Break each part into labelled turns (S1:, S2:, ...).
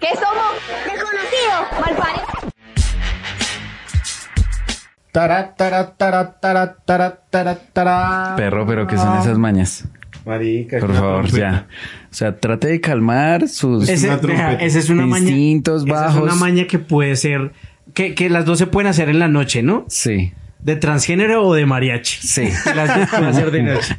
S1: que somos desconocidos, malparidos.
S2: Tará, tará, tará, tará, tará, tará, tará.
S3: Perro, pero ¿qué
S2: Ah.
S3: son esas mañas?
S2: Marica,
S3: Por
S2: una
S3: favor, ya.
S2: trompeta.
S3: O sea, trate de calmar sus
S4: Ese-
S2: una trompeta.
S4: vea, esa es una maña.
S3: instintos
S4: esa
S3: bajos.
S4: es una maña que puede ser. Que, que las dos se pueden hacer en la noche, ¿no?
S3: Sí,
S4: De transgénero o de mariachi.
S3: sí.
S4: Las dos pueden hacer de noche.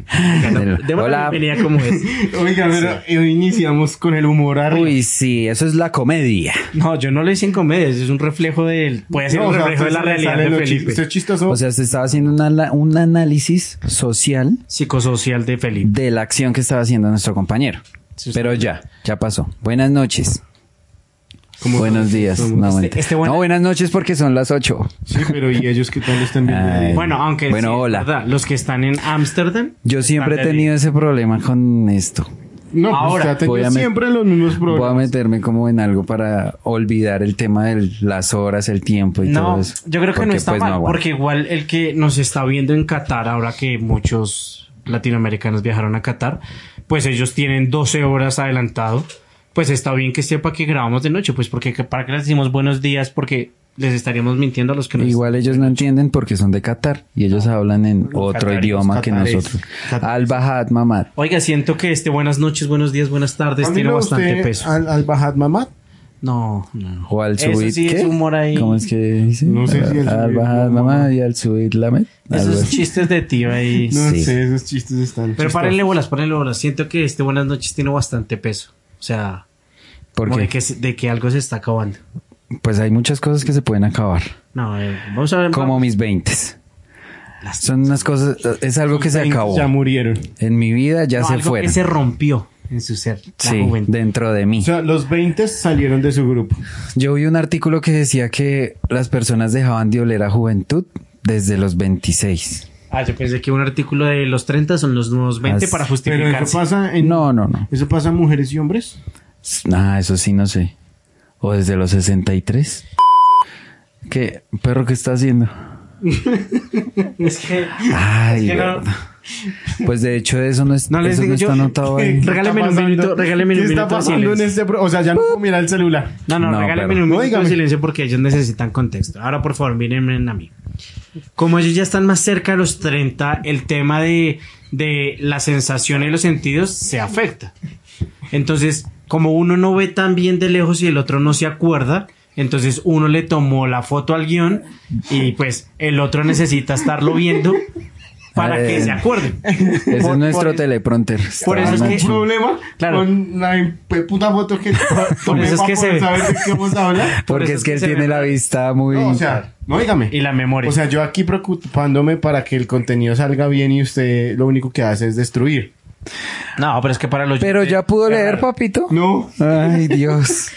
S4: De
S3: Hola.
S4: como es.
S2: Oiga, pero hoy iniciamos con el humor arriba.
S3: Uy, sí, eso es la comedia.
S4: No, yo no lo hice en comedia, es un reflejo del. Puede ser
S2: No,
S4: un
S2: o sea,
S4: reflejo de la
S2: usted sale
S4: realidad
S2: en
S4: de
S2: lo chi-
S4: Felipe.
S2: Usted es chistoso.
S3: O sea, se estaba haciendo una la- un análisis social
S4: Psicosocial de Felipe.
S3: de la acción que estaba haciendo nuestro compañero.
S4: Sí, usted-
S3: Pero ya, ya pasó. Buenas noches.
S2: ¿Cómo
S3: Buenos
S2: estamos?
S3: días.
S2: ¿Cómo
S3: No,
S2: estamos?
S3: mentira.
S4: este buena-
S3: No, buenas noches porque son las 8.
S2: Sí, pero ¿y ellos qué tal están viendo?
S3: Ay.
S4: Bueno, aunque.
S3: Bueno,
S4: sí, es
S3: hola.
S4: verdad, los que están en Ámsterdam.
S3: Yo siempre he
S4: están de
S3: tenido ese problema con esto.
S2: no, pues
S4: ahora
S2: usted ha tenido
S3: voy a met-
S2: siempre los mismos
S3: Voy a
S2: problemas.
S3: meterme como en algo para olvidar el tema de las horas, el tiempo y
S4: No,
S3: todo eso.
S4: yo creo que no
S3: Porque,
S4: está
S3: pues,
S4: mal,
S3: aguanto.
S4: porque igual el que nos está viendo en Qatar, ahora que muchos latinoamericanos viajaron a Qatar, pues ellos tienen 12 horas adelantado. Pues está bien que sepa que grabamos de noche, pues porque que- para que les decimos buenos días, porque les estaríamos mintiendo a los que nos
S3: Igual ellos no entienden porque son de Qatar y ellos hablan en otro
S2: cataríes,
S3: idioma que
S2: cataríes,
S3: nosotros.
S2: cataríes.
S3: Al Bahat Mamad.
S4: Oiga, siento que este buenas noches, buenos días, buenas tardes
S2: A mí
S4: tiene
S2: me
S4: bastante
S2: usted
S4: peso.
S2: Al, al Bajad Mamad.
S4: No, no.
S3: O al
S4: Eso
S3: subir.
S4: sí es
S3: ¿qué?
S4: humor ahí.
S3: ¿Cómo es que dice?
S2: No sé si al
S3: Al
S2: subir,
S3: Bahat
S2: no,
S3: Mamad
S2: no.
S3: y al subir Lamed. Algo
S4: Esos
S3: así.
S4: chistes de tío ahí.
S2: No
S3: Sí.
S2: sé, esos chistes están.
S4: Pero
S2: chistosos.
S4: párenle bolas, párenle bolas. Siento que este buenas noches tiene bastante peso. O sea, como
S3: Porque
S4: de que, se- de que algo se está acabando.
S3: pues hay muchas cosas que se pueden acabar.
S4: No, eh, vamos a ver.
S3: Como mis veintes. Son unas cosas, es algo que se acabó.
S2: Ya murieron.
S3: En mi vida ya
S4: No,
S3: se
S4: algo
S3: fueron.
S4: que se rompió en su ser. La
S3: Sí,
S4: juventud.
S3: dentro de mí.
S2: O sea, los 20 salieron de su grupo.
S3: Yo vi un artículo que decía que las personas dejaban de oler a juventud desde los 26.
S4: Ah, yo pensé que un artículo de los 30 son los nuevos 20
S3: Así.
S4: para
S2: Pero eso
S4: justificarse.
S2: pasa en.
S3: No, no, no.
S2: Eso pasa en mujeres y hombres.
S3: Ah, eso sí, no sé. O desde los 63. ¿Qué? ¿Perro qué está haciendo?
S4: es que...
S3: Ay,
S4: que no-
S3: verdad. Pues de hecho eso no, es,
S4: No les
S3: eso
S4: digo
S3: no está
S4: yo-
S3: anotado ahí.
S2: ¿Qué
S4: Regáleme
S2: está
S4: un
S2: pasando?
S4: minuto, regáleme un
S2: ¿Qué
S4: minuto
S2: está
S4: de
S2: pasando en
S4: silencio.
S2: este pro- O sea, ya no puedo mirar el celular.
S4: No, no,
S3: No,
S4: regálenme
S3: pero-
S4: un minuto
S2: Óigame.
S4: de silencio porque ellos necesitan contexto. Ahora, por favor, mírenme a mí. Como ellos ya están más cerca de los 30, el tema de, de la sensación y los sentidos se afecta. Entonces, como uno no ve tan bien de lejos y el otro no se acuerda, entonces uno le tomó la foto al guión y pues el otro necesita estarlo viendo para
S3: Eh,
S4: que se acuerde.
S3: Ese
S4: Por-
S3: es nuestro
S4: por-
S3: teleprompter.
S4: por eso es
S3: Estaba
S4: que-
S3: Nacho.
S2: problema
S4: Claro.
S2: con la imp- puta foto que tomé
S4: eso es
S2: pa'
S4: que se
S2: poder
S4: ve.
S2: saber de qué vamos a hablar.
S4: por
S3: Porque
S4: eso
S3: es
S4: es
S3: que
S4: que
S3: él
S4: se
S3: tiene
S4: me-
S3: la vista muy...
S2: No, o sea, no dígame.
S4: Y la memoria.
S2: O sea, yo aquí preocupándome para que el contenido salga bien y usted lo único que hace es destruir.
S4: no, pero es que para los...
S3: Pero ya pudo
S4: Es
S3: leer,
S4: raro.
S3: papito.
S2: No.
S3: Ay, Dios.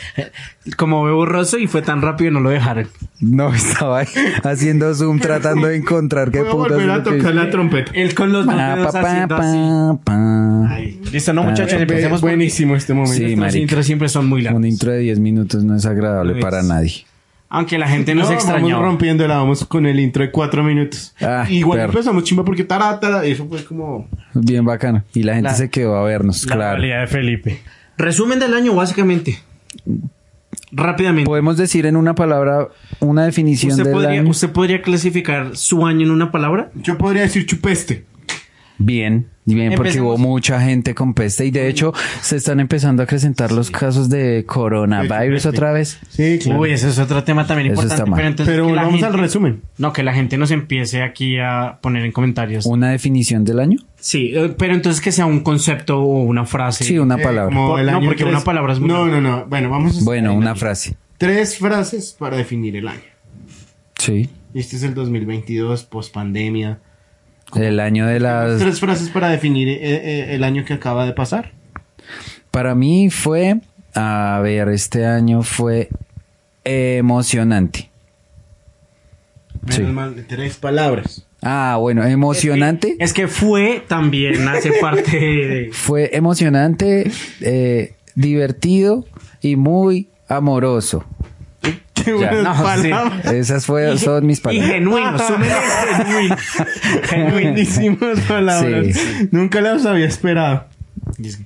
S4: Como ve borroso y fue tan rápido no lo dejaron.
S3: No, estaba ahí haciendo zoom tratando de encontrar qué
S2: Voy a
S3: putas
S2: volver
S3: es
S2: a
S3: lo que-
S2: tocar la trompeta.
S4: Él con los
S3: Pa,
S4: dedos
S3: pa,
S4: haciendo
S3: pa,
S4: así.
S3: pa.
S4: Ay, Listo, no
S3: Ah,
S4: muchachos,
S3: ve-
S4: empecemos por-
S2: Buenísimo este momento.
S3: Sí,
S4: Nuestros
S3: marica.
S4: intros siempre son muy
S3: Un
S4: largos.
S3: intro de 10 minutos no es agradable
S4: Luis.
S3: para nadie.
S4: Aunque la gente nos
S2: No,
S4: extrañó.
S2: Vamos rompiéndola, vamos con el intro de cuatro minutos.
S3: Ah,
S2: Igual
S3: perro.
S2: empezamos chimba porque tarata, eso fue como...
S3: Bien bacano. Y la gente
S4: La-
S3: se quedó a vernos,
S4: La
S3: claro.
S4: realidad de Felipe. Resumen del año, básicamente. Rápidamente.
S3: Podemos decir en una palabra una definición
S4: ¿Usted
S3: del
S4: podría,
S3: año.
S4: usted podría clasificar su año en una palabra?
S2: Yo podría decir chupeste.
S3: Bien, bien, porque hubo
S4: Empecemos.
S3: mucha gente con peste y de hecho se están empezando a acrecentar los casos de coronavirus
S2: Sí, sí, sí.
S3: otra vez.
S2: Sí, claro.
S4: Uy, ese es otro tema también
S3: Eso
S4: importante.
S3: está mal.
S4: Pero, entonces
S2: Pero
S4: que la
S2: vamos
S4: gente-
S2: al resumen.
S4: No, que la gente nos empiece aquí a poner en comentarios.
S3: ¿Una definición del año?
S4: Sí, eh, pero entonces que sea un concepto o una frase.
S3: Sí, una
S2: Eh,
S3: palabra.
S2: como
S4: Por-
S2: el
S4: no,
S2: año
S4: porque una palabra es muy
S2: No, no, no. Bueno, vamos a...
S3: Bueno, una frase.
S2: Tres frases para definir el año.
S3: Sí.
S2: Y Este es el 2022, post pandemia.
S3: El año de las
S2: Tres frases para definir eh, eh, el año que acaba de pasar.
S3: Para mí fue, a ver, este año fue emocionante. Sí.
S2: Menos mal, de tres palabras.
S3: Ah, bueno, emocionante.
S4: Es que fue también, hace parte de...
S3: Fue emocionante, eh, divertido y muy amoroso.
S2: Qué
S3: Ya.
S2: buenas
S3: No, sí.
S2: palabras.
S3: Esas fue, Pues, son mis
S4: Y
S3: palabras.
S4: genuino, súmele genuino. genuino.
S2: Buenísimas palabras.
S3: Sí.
S2: Nunca las había esperado.
S4: Dice,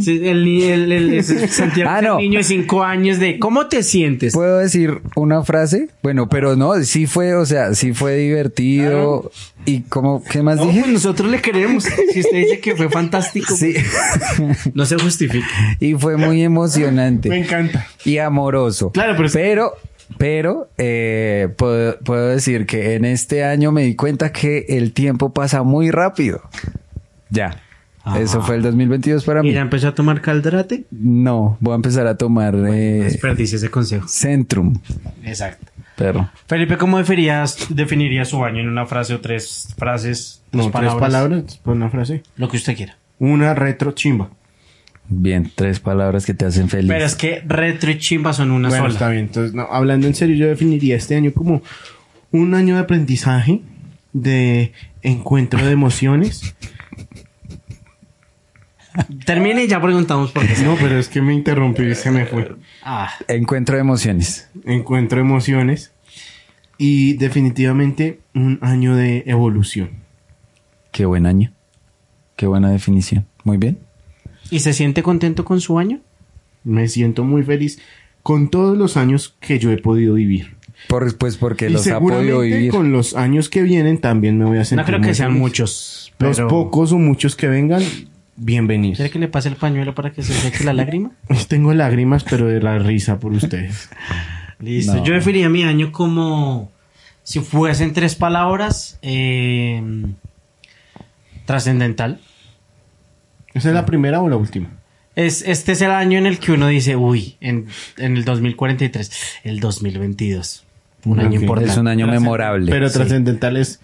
S4: Sí, el, ni- el- el- el- Santiago
S3: Ah,
S4: es el
S3: no. Pues,
S4: niño de 5 años de ¿cómo te sientes?
S3: ¿Puedo decir una frase? Bueno, pero no, sí fue, o sea, sí fue divertido. ¿Y cómo, qué más
S4: No, pues
S3: dije?
S4: nosotros le queremos. Si usted dice que fue fantástico, pues,
S3: Sí,
S4: no se justifica.
S3: y fue muy
S2: Me
S3: emocionante
S2: encanta.
S3: y amoroso.
S4: Claro, pero-
S3: Pero, pero, eh, puedo, puedo decir que en este año me di cuenta que el tiempo pasa muy rápido. Ya. Eso fue el 2022 para
S4: Y
S3: mí.
S4: ya empezó a tomar caldrate.
S3: Eh. No, voy a empezar a tomar eh,
S4: Desperdicia ese consejo.
S3: Centrum,
S4: Exacto.
S3: perro.
S4: Felipe, ¿cómo definirías, definirías su año en una frase o tres frases?
S2: No, tres palabras por una frase.
S4: Lo que usted quiera.
S2: Una retro chimba.
S5: Bien, tres palabras que te hacen feliz.
S4: Pero es que retro y chimba son una
S2: bueno, está
S4: sola.
S2: bien. Entonces, no, hablando en serio, yo definiría este año como un año de aprendizaje, de encuentro de emociones.
S4: Termine y ya preguntamos por qué.
S2: No, pero es que me interrumpí y se me fue.
S4: Ah,
S3: Encuentro de emociones.
S2: Encuentro emociones. Y definitivamente un año de evolución.
S5: Qué buen año. Qué buena definición. Muy bien.
S4: ¿Y se siente contento con su año?
S2: Me siento muy feliz con todos los años que yo he podido vivir.
S3: Por, pues porque
S2: y
S3: los ha podido
S2: seguramente
S3: vivir.
S2: con los años que vienen también me voy a sentir.
S4: No creo
S2: muy
S4: que sean
S2: feliz.
S4: muchos.
S2: Los
S4: pero-
S2: pocos o muchos que vengan, bienvenidos.
S4: ¿Quiere que le pase el pañuelo para que se seque la lágrima?
S2: Tengo lágrimas, pero de la risa por ustedes.
S4: Listo. Yo definiría mi año como si fuesen tres palabras. eh, trascendental.
S2: ¿Esa es la primera o la última?
S4: Es, este es el año en el que uno dice, uy, en, en el 2043, el 2022. Un año
S2: Ok.
S4: importante.
S3: Es un año memorable.
S2: Pero trascendental es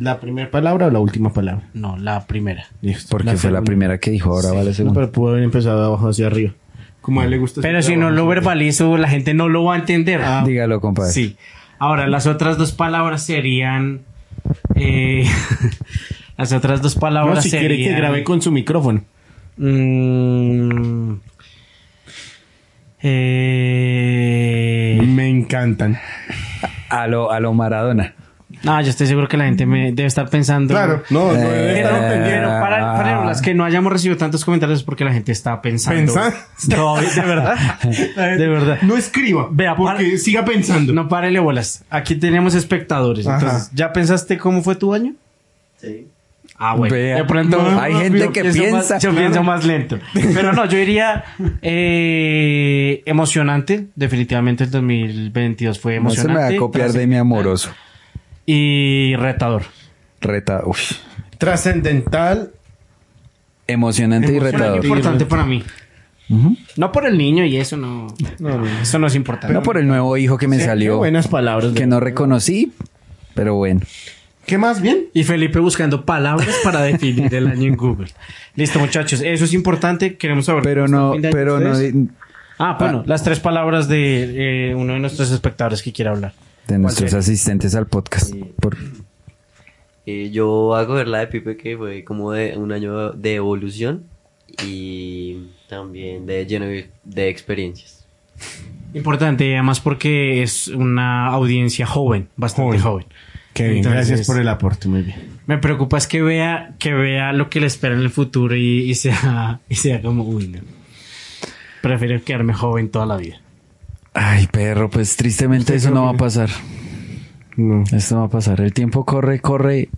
S2: la primera palabra o la última palabra.
S4: No, la primera.
S2: Listo.
S3: porque fue la
S2: segunda.
S3: primera que dijo, ahora vale
S2: No,
S3: segunda.
S2: pero pudo haber empezado de abajo hacia arriba. Como a él le gusta.
S4: Pero
S2: ese
S4: si no lo
S2: trabajo.
S4: verbalizo, la gente no lo va a entender.
S2: Ah,
S3: Dígalo, compadre.
S4: Sí. Ahora, las otras dos palabras serían. eh, las otras dos palabras
S2: No, si
S4: serían.
S2: quiere que grabe con su micrófono.
S4: Mm, eh,
S2: Me encantan.
S3: A lo, a lo Maradona.
S4: no, yo estoy seguro que la gente me debe estar pensando.
S2: Claro,
S3: Eh,
S2: no, no debe
S4: Pero,
S2: estar
S4: pero
S2: entendiendo.
S4: Eh, para,
S3: Ah,
S4: para las que no hayamos recibido tantos comentarios es porque la gente está pensando.
S2: Pensa-
S4: No, Oh, de verdad. De verdad.
S2: No escriba,
S4: Vea,
S2: porque
S4: para-
S2: siga pensando.
S4: No párele bolas. Aquí tenemos espectadores.
S2: Ajá.
S4: Entonces, ¿ya pensaste cómo fue tu año? Sí. Ah, bueno.
S3: Vea.
S4: de pronto
S3: No, hay
S4: yo
S3: gente
S4: pienso
S3: que
S4: más-
S3: piensa,
S4: yo
S3: claro.
S4: pienso más lento. Pero no, yo diría eh, emocionante. Definitivamente el 2022 fue
S3: No se
S4: emocionante.
S3: me va a copiar de mi amoroso.
S4: Y retador.
S3: Reta, uy.
S2: Trascendental.
S3: Emocionante, y
S2: Emocionante.
S3: retador.
S4: Fue importante para mí. No por el niño y eso no. Eso no es importante.
S3: No por el nuevo hijo que me
S2: Sí, qué
S3: salió,
S2: buenas palabras.
S3: que no reconocí, pero bueno.
S2: ¿Qué más bien?
S4: Y Felipe buscando palabras para definir el año en Google. Listo, muchachos. Eso es importante. Queremos saber.
S3: Pero
S4: cómo
S3: no,
S4: está el fin de año
S3: pero no,
S4: ustedes.
S3: di-
S4: Ah, bueno, las tres palabras de eh, uno de nuestros espectadores que quiere hablar.
S3: de nuestros
S4: sería?
S3: asistentes al podcast. Por-
S6: Eh, yo hago ver la de Pipe que fue como de un año de evolución y también de lleno de de experiencias.
S4: Importante, además porque es una audiencia joven, bastante joven.
S2: Qué bien,
S4: Entonces-
S2: gracias por el aporte, muy bien.
S4: Me preocupa es que vea, que vea lo que le espera en el futuro y, y sea, y sea como, uy, no. Prefiero quedarme joven toda la vida.
S5: Ay, perro, pues tristemente eso no va a pasar.
S2: No.
S5: Esto no va a pasar. El tiempo corre, corre,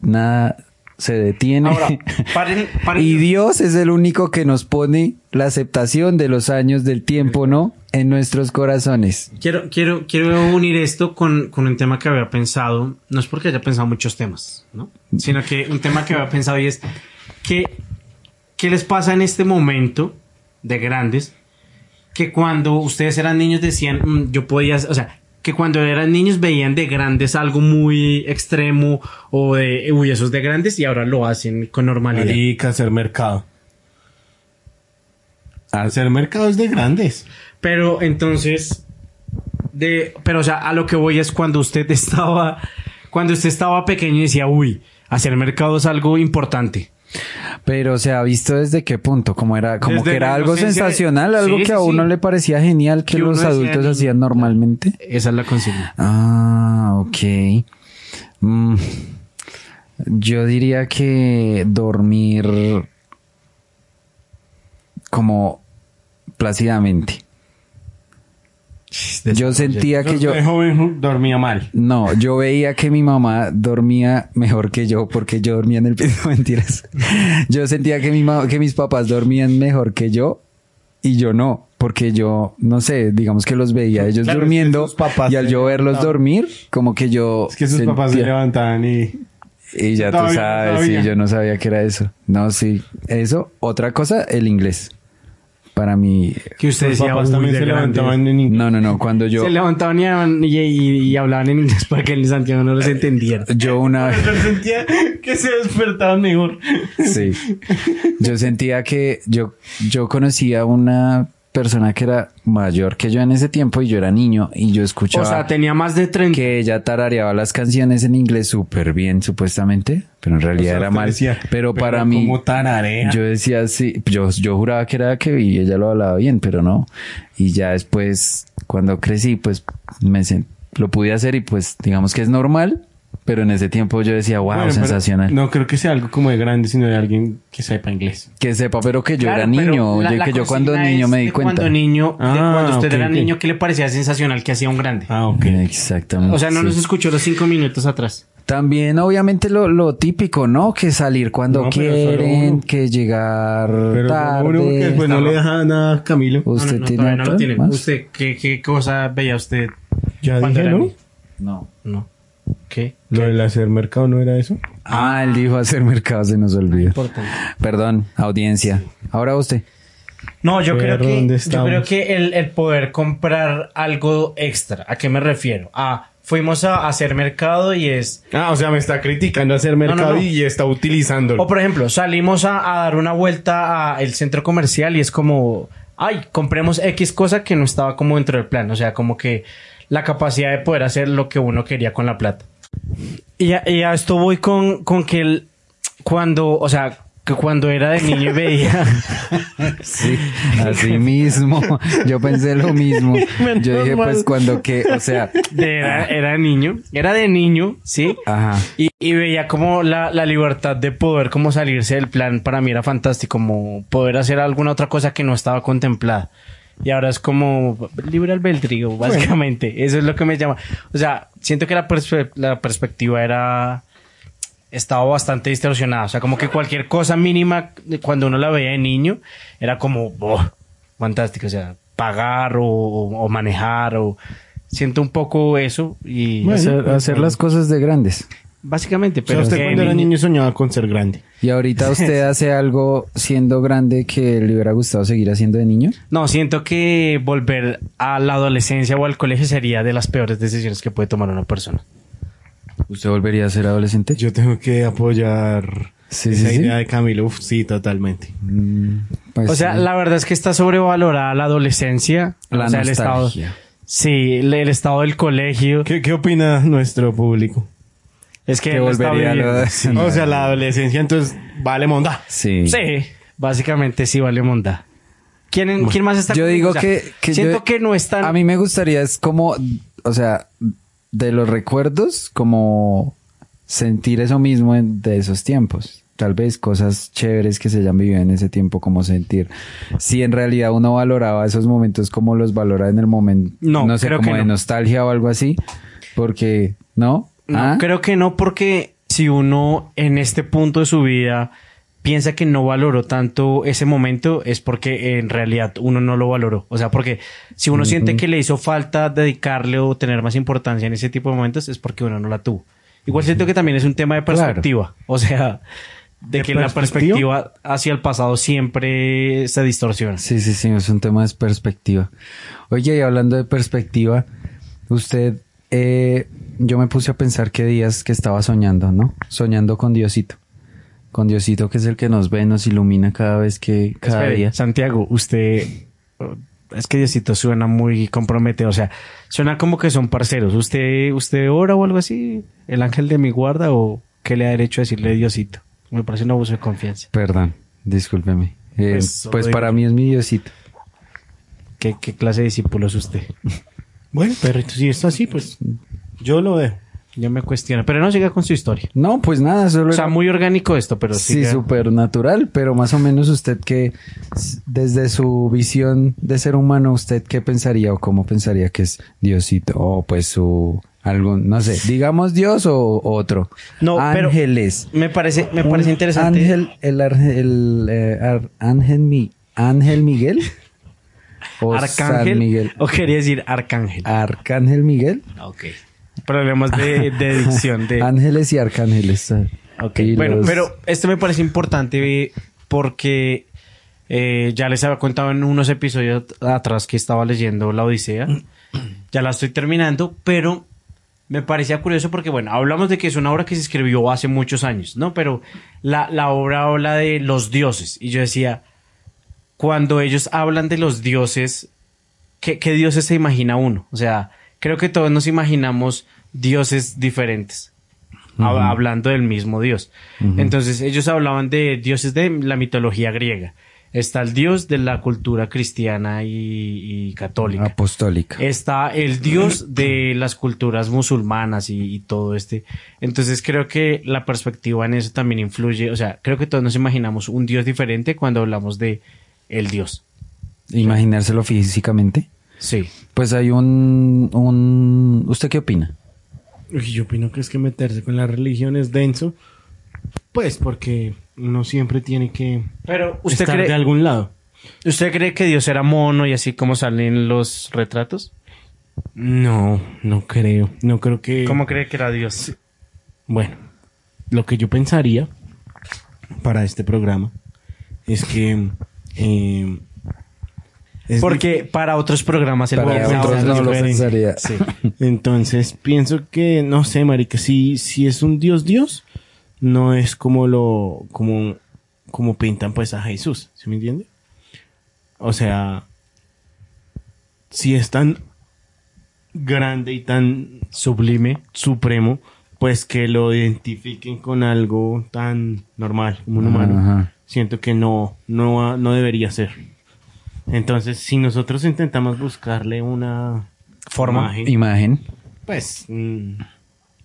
S5: nada se detiene.
S4: Ahora, paren, paren.
S3: Y Dios es el único que nos pone la aceptación de los años del tiempo, ¿no? En nuestros corazones.
S4: Quiero, quiero, quiero unir esto con, con un tema que había pensado, no es porque haya pensado muchos temas, ¿no? Sino que un tema que había pensado y es que, ¿qué les pasa en este momento de grandes? Que cuando ustedes eran niños decían, "Mm, yo podía, o sea, que cuando eran niños veían de grandes algo muy extremo o de, uy, esos de grandes y ahora lo hacen con normalidad.
S2: Marica, hacer mercado. Hacer mercado es de grandes.
S4: Pero entonces, de, pero o sea, a lo que voy es cuando usted estaba, cuando usted estaba pequeño y decía, uy, hacer mercado es algo importante.
S3: Pero se ha visto desde qué punto, como era, como
S4: Desde
S3: que
S4: la
S3: era algo
S4: inocencia de-
S3: sensacional, algo
S4: Sí,
S3: que
S4: sí,
S3: a
S4: sí.
S3: uno le parecía genial que,
S4: Que uno
S3: los
S4: decía,
S3: adultos
S4: "Ni-
S3: hacían normalmente.
S4: Esa es la consigna.
S3: Ah, ok. Mm, yo diría que dormir como plácidamente. Yo sentía que yo...
S2: de joven dormía mal.
S3: No, yo veía que mi mamá dormía mejor que yo porque yo dormía en el piso. Mentiras. Yo sentía que, mi ma- que mis papás dormían mejor que yo y yo no, porque yo, no sé, digamos que los veía ellos
S2: Claro, es que
S3: durmiendo
S2: sus papás
S3: y al
S2: se
S3: yo verlos
S2: levantaban.
S3: dormir, como que yo...
S2: Es que sus papás se
S3: sentía-
S2: levantaban y...
S3: Y ya tú
S2: Todavía,
S3: sabes,
S2: todavía.
S3: sí, yo no sabía que era eso. No, sí, eso. Otra cosa, el inglés. Para mí...
S4: Que usted
S2: Sus
S4: decía,
S2: papás
S4: "Uy,
S2: también
S4: de
S2: se
S4: grandes".
S2: levantaban en inglés.
S3: No, no, no, cuando yo...
S4: Se levantaban y, y, y- y hablaban en inglés para que el Santiago no los entendiera.
S3: Yo una vez...
S2: Yo sentía que se despertaban mejor.
S3: Sí. Yo sentía que yo, yo conocía a una persona que era mayor que yo en ese tiempo y yo era niño y yo escuchaba
S4: O sea, tenía más de 30.
S3: que ella tarareaba las canciones en inglés súper bien, supuestamente, pero en realidad
S2: O sea,
S3: era
S2: usted
S3: mal.
S2: decía,
S3: pero para
S2: "Pero
S3: mí,
S2: cómo tararea".
S3: yo decía sí, yo, yo juraba que era que y ella lo hablaba bien, pero no. Y ya después, cuando crecí, pues me sen- lo pude hacer y pues digamos que es normal, pero en ese tiempo yo decía, wow,
S2: Bueno, pero
S3: sensacional.
S2: No creo que sea algo como de grande, sino de alguien que sepa inglés.
S3: Que sepa, pero que yo
S4: Claro,
S3: era
S4: pero
S3: niño,
S4: la-
S3: oye,
S4: la
S3: que yo cuando
S4: consigna
S3: niño
S4: es
S3: me
S4: de
S3: di cuenta.
S4: Cuando niño, de
S2: Ah,
S4: cuando usted
S2: ok,
S4: era
S2: ok.
S4: niño, ¿qué le parecía sensacional que hacía un grande?
S2: Ah, ok.
S3: Exactamente.
S4: o sea, no
S3: sí.
S4: nos escuchó los cinco minutos atrás.
S3: También, obviamente, lo, lo típico, ¿no? Que salir cuando
S2: No, pero solo
S3: quieren,
S2: uno.
S3: que llegar
S2: Pero
S3: tarde.
S2: solo uno que
S4: pues
S2: después no le deja nada a Camilo.
S4: No,
S3: ¿Usted
S4: no, no,
S3: tiene
S4: todavía no lo
S3: otra
S4: tiene.
S3: más?
S4: ¿Usted qué, qué cosa veía usted?
S2: Ya
S4: cuando
S2: dije,
S4: era
S2: ¿no?
S4: niño?
S3: No.
S4: No. ¿Qué?
S2: Lo del hacer mercado no era eso.
S3: Ah, él dijo hacer mercado, se nos olvida.
S4: Importante.
S3: Perdón, audiencia. Ahora usted.
S4: No, yo
S2: Pero,
S4: creo que,
S2: ¿dónde
S4: yo
S2: estamos?
S4: creo que el, el poder comprar algo extra. ¿A qué me refiero? A fuimos a hacer mercado y es.
S2: Ah, o sea, me está criticando hacer mercado
S4: no, no.
S2: y está utilizándolo.
S4: O por ejemplo, salimos a, a dar una vuelta al centro comercial y es como. Ay, compremos X cosa que no estaba como dentro del plan. O sea, como que la capacidad de poder hacer lo que uno quería con la plata. Y a, y a esto voy con, con que el- cuando, o sea, que cuando era de niño y veía.
S3: Sí, así mismo. Yo pensé lo mismo. Yo dije, pues, cuando que, o sea,
S4: de- era, era niño, era de niño, ¿sí?
S3: ajá.
S4: Y, y veía como la, la libertad de poder como salirse del plan para mí era fantástico, como poder hacer alguna otra cosa que no estaba contemplada. Y ahora es como libre albedrío, básicamente. Eso es lo que me llama. O sea, siento que la, perspe- la perspectiva era... Estaba bastante distorsionada. O sea, como que cualquier cosa mínima, cuando uno la veía de niño, era como... "Boh, fantástico. O sea, pagar o, o manejar o... Siento un poco eso y...
S3: hacer, hacer las cosas de grandes.
S4: Básicamente,
S2: pero
S4: pero
S2: usted
S4: que
S2: cuando era
S4: niño-
S2: niño soñaba con ser grande.
S3: ¿Y ahorita usted hace algo siendo grande que le hubiera gustado seguir haciendo de niño?
S4: No, siento que volver a la adolescencia o al colegio sería de las peores decisiones que puede tomar una persona.
S3: ¿Usted volvería a ser adolescente?
S2: Yo tengo que apoyar
S3: Sí,
S2: esa
S3: sí, sí.
S2: idea de Camilo. Uf, sí, totalmente.
S3: Pues
S4: o sea,
S3: sí.
S4: la verdad es que está sobrevalorada la adolescencia.
S3: La
S4: o sea, el
S3: nostalgia.
S4: estado. Sí, el, el estado del colegio.
S2: ¿Qué, qué opina nuestro público?
S4: Es que
S3: Que
S4: no está
S3: volvería a
S4: bien.
S3: la-
S4: Sí.
S2: O sea, la adolescencia entonces vale monda.
S3: Sí.
S4: Sí, básicamente sí vale monda. ¿Quién, en- ¿Quién más está
S3: Yo
S4: conmigo?
S3: digo
S4: O sea,
S3: que, que
S4: siento
S3: yo-
S4: que no están.
S3: A mí me gustaría, es como, o sea, de los recuerdos, como sentir eso mismo en- de esos tiempos. Tal vez cosas chéveres que se hayan vivido en ese tiempo, como sentir. Si en realidad uno valoraba esos momentos como los valora en el momento,
S4: No,
S3: no sé,
S4: creo
S3: como
S4: que
S3: de
S4: no.
S3: nostalgia o algo así, porque, ¿no?
S4: No,
S3: ¿Ah?
S4: creo que no, porque si uno en este punto de su vida piensa que no valoró tanto ese momento, es porque en realidad uno no lo valoró. O sea, porque si uno siente que le hizo falta dedicarle o tener más importancia en ese tipo de momentos, es porque uno no la tuvo. Igual siento que también es un tema de
S3: Claro.
S4: perspectiva. O sea, de,
S2: ¿De
S4: que la
S2: perspectiva?
S4: perspectiva hacia el pasado siempre se distorsiona.
S3: Sí, sí, sí, es un tema de perspectiva. Oye, y hablando de perspectiva, usted, eh, yo me puse a pensar qué días que estaba soñando, ¿no? Soñando con Diosito. Con Diosito, que es el que nos ve, nos ilumina cada vez que, cada
S4: Espere,
S3: día.
S4: Santiago, usted. Es que Diosito suena muy comprometido. O sea, suena como que son parceros. ¿Usted, usted ora o algo así? ¿El ángel de mi guarda o qué le ha derecho a decirle Diosito? Me parece un abuso de confianza.
S3: Perdón, discúlpeme. Eh,
S4: Pues,
S3: pues
S4: oye.
S3: para mí es mi Diosito.
S4: ¿Qué, qué clase de discípulo es usted?
S2: Bueno, perrito, si es así, pues yo lo dejo.
S4: Yo me cuestiono. Pero no llega con su historia.
S3: No, pues nada, solo...
S4: O sea, muy orgánico esto, pero
S3: Sí,
S4: sí. que-
S3: súper natural, pero más o menos usted que, s- desde su visión de ser humano, usted qué pensaría o cómo pensaría que es Diosito o pues su algún, no sé, digamos Dios o, o otro.
S4: No, pero-
S3: ángeles.
S4: Me parece, me
S3: Un
S4: parece interesante.
S3: Ángel, el, arge- el, eh, ar- ángel, Mi- ángel Miguel. O
S4: Arcángel.
S3: Oh, San Miguel. Ah.
S4: O quería decir arcángel.
S3: Arcángel Miguel.
S4: ok. Problemas de, de dicción.
S3: Ah,
S4: De,
S3: Ángeles y arcángeles.
S4: Ok,
S3: Y
S4: bueno,
S3: los-
S4: pero esto me parece importante eh, porque eh, ya les había contado en unos episodios at- atrás que estaba leyendo La Odisea. ya la estoy terminando, pero me parecía curioso porque, bueno, hablamos de que es una obra que se escribió hace muchos años, ¿no? Pero la, la obra habla de los dioses. Y yo decía, cuando ellos hablan de los dioses, ¿qué, qué dioses se imagina uno? O sea, creo que todos nos imaginamos dioses diferentes. hab- Hablando del mismo dios. Entonces, ellos hablaban de dioses de la mitología griega. Está el dios de la cultura cristiana y, y católica.
S3: Apostólica.
S4: Está el dios de las culturas musulmanas y, y todo este. Entonces creo que la perspectiva en eso también influye. O sea, creo que todos nos imaginamos un dios diferente cuando hablamos de el dios.
S3: Imaginárselo físicamente.
S4: Sí.
S3: Pues hay un, un... ¿Usted qué opina?
S2: Uy, yo opino que es que meterse con la religión es denso. Pues porque uno siempre tiene que
S4: Pero usted
S2: estar de
S4: cree,
S2: algún lado.
S4: usted cree que Dios era mono y así como salen los retratos.
S2: No, no creo. No creo que.
S4: ¿Cómo cree que era Dios?
S2: Bueno, lo que yo pensaría para este programa es que. eh, es
S4: Porque para otros programas el
S3: Para
S4: Bob
S3: otros
S4: Brown-
S3: no lo
S2: diferente.
S3: pensaría.
S2: Sí. Entonces pienso que, no sé, marica, si, si es un dios dios, no es como lo, como, como pintan pues a Jesús, ¿sí me entiende? O sea, si es tan grande y tan sublime, supremo, pues que lo identifiquen con algo tan normal como un humano.
S3: Ajá.
S2: Siento que no, no, no debería ser. Entonces, si nosotros intentamos buscarle una
S4: Forma.
S2: imagen,
S3: Imagen.
S2: pues mm,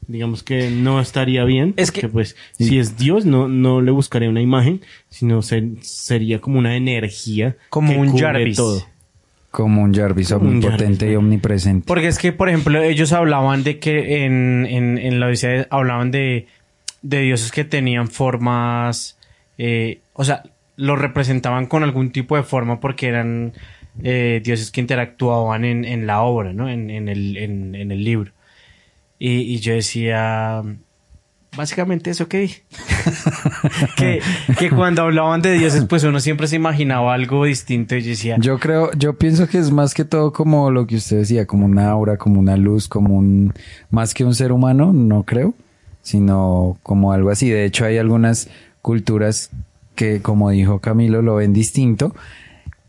S2: digamos que no estaría bien
S4: Es
S2: es
S4: que-
S2: que pues si es Dios no no le buscaría una imagen sino ser- sería como una energía
S4: Como
S2: que
S4: un
S2: cubre
S4: Jarvis.
S3: Como un Jarvis
S2: Como un
S3: omnipotente
S2: Jarvis.
S3: y omnipresente.
S4: Porque es que, por ejemplo, ellos hablaban de que en, en, en la Odisea hablaban de, de dioses que tenían formas, eh, o sea, los representaban con algún tipo de forma porque eran eh, dioses que interactuaban en, en la obra, ¿no? En, en el, en, en el libro. Y, y yo decía, básicamente eso que dije. que, que cuando hablaban de dioses, pues uno siempre se imaginaba algo distinto y yo decía,
S3: Yo creo, yo pienso que es más que todo como lo que usted decía, como una aura, como una luz, como un, más que un ser humano, no creo, sino como algo así. De hecho, hay algunas culturas que, como dijo Camilo, lo ven distinto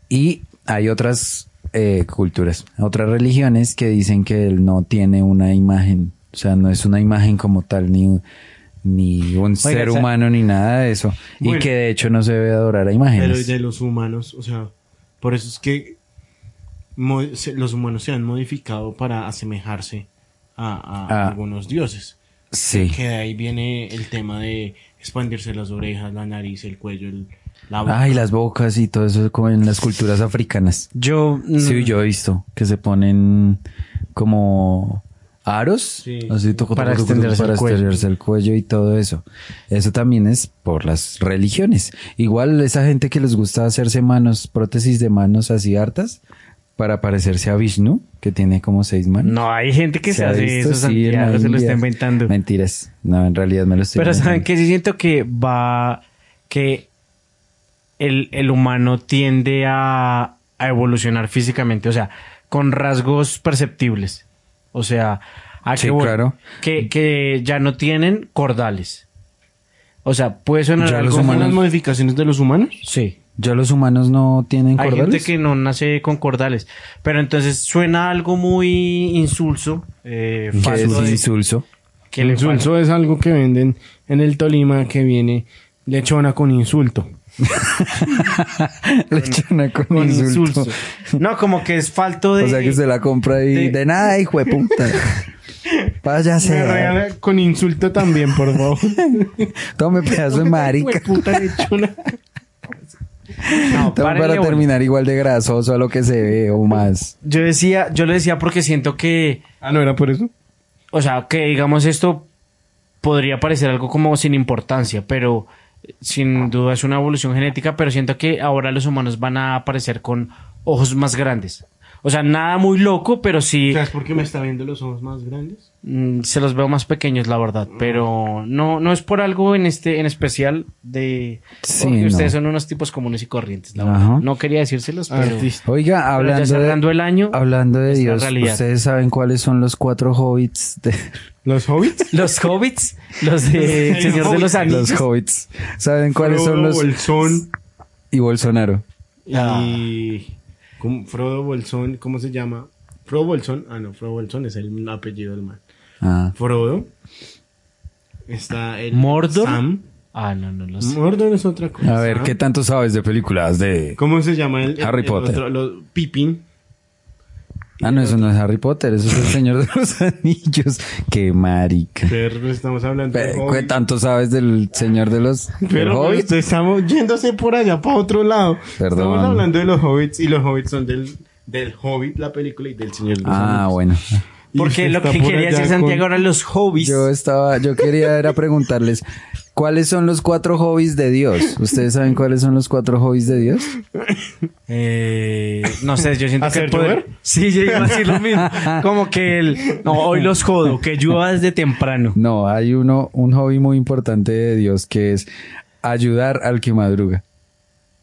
S3: y hay otras eh, culturas, otras religiones que dicen que él no tiene una imagen, o sea, no es una imagen como tal, ni, un- ni un ser
S4: o sea-
S3: humano, ni nada de eso.
S2: Bueno.
S3: y que de hecho no se debe adorar a
S2: pero
S3: imágenes.
S2: de los humanos o sea por eso es que mo- se- los humanos se han modificado para asemejarse a, a
S3: Ah.
S2: algunos dioses
S3: Sí.
S2: que de ahí viene el tema de expandirse las orejas la nariz el cuello el, la boca
S3: Ay, las bocas y todo eso como en las culturas africanas.
S4: yo... mm,
S3: Sí, yo he visto que se ponen como aros
S2: Sí.
S3: así, tucu,
S4: Para
S3: tucu, tucu,
S4: extenderse
S3: para
S4: el cuello.
S3: extenderse el cuello y todo eso. Eso también es por las religiones. Igual esa gente que les gusta hacerse manos, prótesis de manos así hartas para parecerse a Vishnu, que tiene como seis manos.
S4: No, hay gente que se,
S3: ha
S4: hace
S3: visto,
S4: eso,
S3: sí, en la
S4: Santiago, se lo está
S3: India.
S4: inventando.
S3: Mentiras. No, en realidad me lo estoy
S4: Pero ¿saben
S3: inventando.
S4: que Sí siento que va... que el, el humano tiende a, a evolucionar físicamente, o sea, con rasgos perceptibles. O sea, a
S3: Sí,
S4: que, voy?
S3: claro.
S4: que, que ya no tienen cordales. O sea, puede sonar
S3: Ya
S4: algo...
S3: los
S2: ¿Son
S3: humanos-
S2: las modificaciones de los humanos
S4: Sí.
S3: ¿Ya los humanos no tienen
S4: Hay
S3: cordales?
S4: gente que no nace con cordales. Pero entonces suena algo muy insulso. Eh,
S3: Que
S4: falto
S3: es
S4: de-
S3: insulso.
S4: que le falta-
S2: insulso es algo que venden en el Tolima que viene lechona con insulto.
S3: Lechona con,
S4: con
S3: insulto.
S4: insulso. No, como que es falto de.
S3: O sea que se la compra y
S4: de-
S3: de, nada, hijo de puta.
S2: Me
S3: Váyase.
S2: regala con insulto también, por favor.
S3: Tome pedazo de marica.
S2: Puta lechona.
S4: No,
S3: Tome
S4: párenle
S3: para
S4: bola.
S3: terminar igual de grasoso a lo que se ve o más.
S4: Yo decía, yo lo decía porque siento que,
S2: Ah, ¿no era por eso?
S4: o sea, que digamos esto podría parecer algo como sin importancia, pero eh, sin duda es una evolución genética, pero siento que ahora los humanos van a aparecer con ojos más grandes. O sea, nada muy loco, pero sí
S2: ¿Sabes por qué me está viendo los ojos más grandes?
S4: mm, se los veo más pequeños, la verdad. Pero no, no es por algo en este, en especial de
S3: Sí,
S4: porque
S3: no.
S4: ustedes son unos tipos comunes y corrientes, la
S3: Ajá.
S4: verdad. No quería decírselos, pero
S2: Artista.
S3: Oiga,
S4: Pero ya
S3: hablando
S4: cerrando
S3: de,
S4: el año,
S3: hablando de
S4: es la
S3: Dios,
S4: realidad.
S3: ¿ustedes saben cuáles son los cuatro hobbits? De,
S2: ¿Los hobbits?
S4: los hobbits, los de
S2: Los
S4: Señor de
S2: hobbits.
S4: los Anillos.
S3: los hobbits. ¿Saben cuáles
S2: Frodo
S3: son los...?
S2: Bolsón
S3: Y Bolsonaro.
S4: Ah,
S2: y...
S3: Ah.
S2: ¿cómo- Frodo Bolsón, ¿cómo se llama? Frodo Bolsón. Ah, no, Frodo Bolsón es el apellido del man.
S3: Ah.
S2: Frodo. Está el...
S4: Mordor.
S2: Sam.
S4: Ah, no, no los
S2: Mordor es otra cosa.
S3: A ver, ¿qué tanto sabes de películas de...?
S2: ¿Cómo se llama el... el-
S3: Harry
S2: el
S3: Potter.
S2: otro? Los- Pippin.
S3: Ah, no, eso no es Harry Potter, eso es El Señor de los Anillos. Qué marica.
S2: Pero pues, estamos hablando de
S3: Pe- ¿Qué
S2: hobbits.
S3: tanto sabes del Señor de los del
S2: Pero
S3: Hobbit?
S2: usted estamos yéndose por allá para otro lado.
S3: Perdón.
S2: Estamos hablando de los hobbits y los hobbits son del, del Hobbit, la película y del Señor de los
S3: Ah,
S2: Anillos.
S3: bueno.
S2: Y
S4: Porque
S2: usted
S4: lo
S2: está
S4: que
S2: por
S4: quería
S2: allá
S4: decir
S2: con-
S4: Santiago eran los hobbies.
S3: Yo estaba, yo quería era preguntarles cuáles son los cuatro hobbies de Dios. ¿Ustedes saben cuáles son los cuatro hobbies de Dios?
S4: Eh, no sé, yo siento que
S2: ¿Hacer
S4: poder...
S2: llover?
S4: Sí, yo iba a decir lo mismo. Como que el... No, hoy los jodo, que llueva desde temprano.
S3: No, hay uno, un hobby muy importante de Dios que es ayudar al que madruga.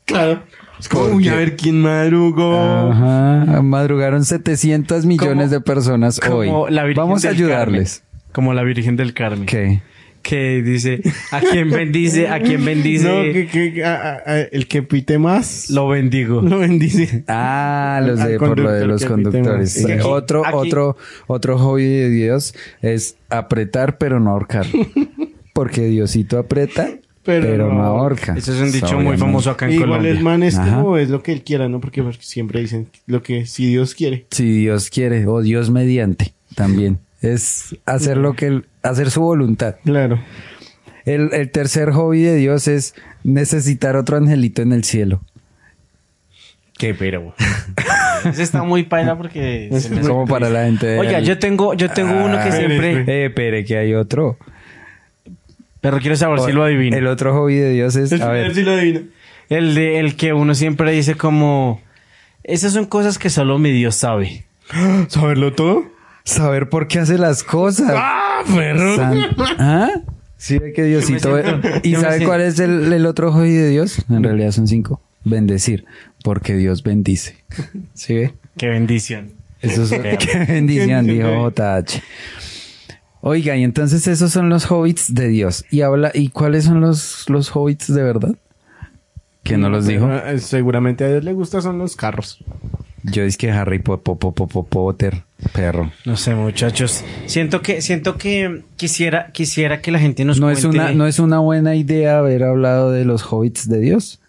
S2: Claro. Es como,
S3: ¿Por
S2: uy,
S3: qué?
S2: a ver quién
S4: Ah.
S2: madrugó.
S3: Ajá. Madrugaron 700 millones
S4: Como-
S3: de personas hoy.
S4: Como la Virgen
S3: Vamos a
S4: del
S3: ayudarles.
S4: Carmen. Como la Virgen del Carmen.
S3: ¿Qué?
S4: Que dice, a quien bendice, a quien bendice,
S2: No, que, que- a- a- a- el que pite más
S4: lo bendigo.
S2: lo bendice.
S3: Ah, los
S2: Al
S3: de, por lo de
S2: conductor
S3: los
S2: que
S3: conductores.
S2: pitemos.
S3: Sí.
S4: Aquí-
S3: otro,
S4: aquí-
S3: otro, otro hobby de Dios es apretar pero no ahorcar. Porque Diosito aprieta
S2: Pero
S3: pero,
S2: no
S3: no ahorca.
S4: Eso es un dicho muy
S3: Obviamente.
S4: famoso acá en
S2: Igual
S4: Colombia.
S2: el man es
S3: Ajá.
S2: como es lo que él quiera, ¿no? Porque pues, siempre dicen lo que si Dios quiere.
S3: Si Dios quiere, o Dios mediante también. Es hacer lo que él- hacer su voluntad.
S2: Claro.
S3: El, el tercer hobby de Dios es necesitar otro angelito en el cielo.
S4: Qué pero. Ese está muy paila porque... se me-
S3: Como para la gente. del-
S4: Oiga, yo tengo, yo tengo uno que
S3: Ah,
S4: siempre...
S3: Eh, pero que hay otro.
S4: Pero quiero saber si lo adivino.
S3: El otro hobby de Dios es.
S2: El
S3: A ver.
S2: primer sí lo adivina.
S4: El de el que uno siempre dice como esas son cosas que solo mi Dios sabe.
S2: ¿Saberlo todo?
S3: saber por qué hace las cosas.
S2: ¡Ah, perro!
S3: San- ¿Ah? Sí, ve que Diosito.
S4: Yo me siento-
S3: ¿Y
S4: yo me
S3: sabe
S4: siento-
S3: cuál es el, el otro hobby de Dios? En realidad son cinco. Bendecir, porque Dios bendice. ¿Sí ve?
S4: Qué bendición.
S3: Eso es
S4: Qué-
S3: qué bendición, dijo JH. Oiga, y entonces esos son los hobbits de Dios. Y habla, ¿y cuáles son los, los hobbits de verdad? Que no los dijo.
S2: Eh, Seguramente a Dios le gustan son los carros.
S3: Yo es que Harry Po- Po- Po- Po- Po- Potter, perro.
S4: No sé, muchachos. Siento que siento que quisiera quisiera que la gente nos
S3: No es
S4: cuente-
S3: una, no es una buena idea haber hablado de los hobbits de Dios.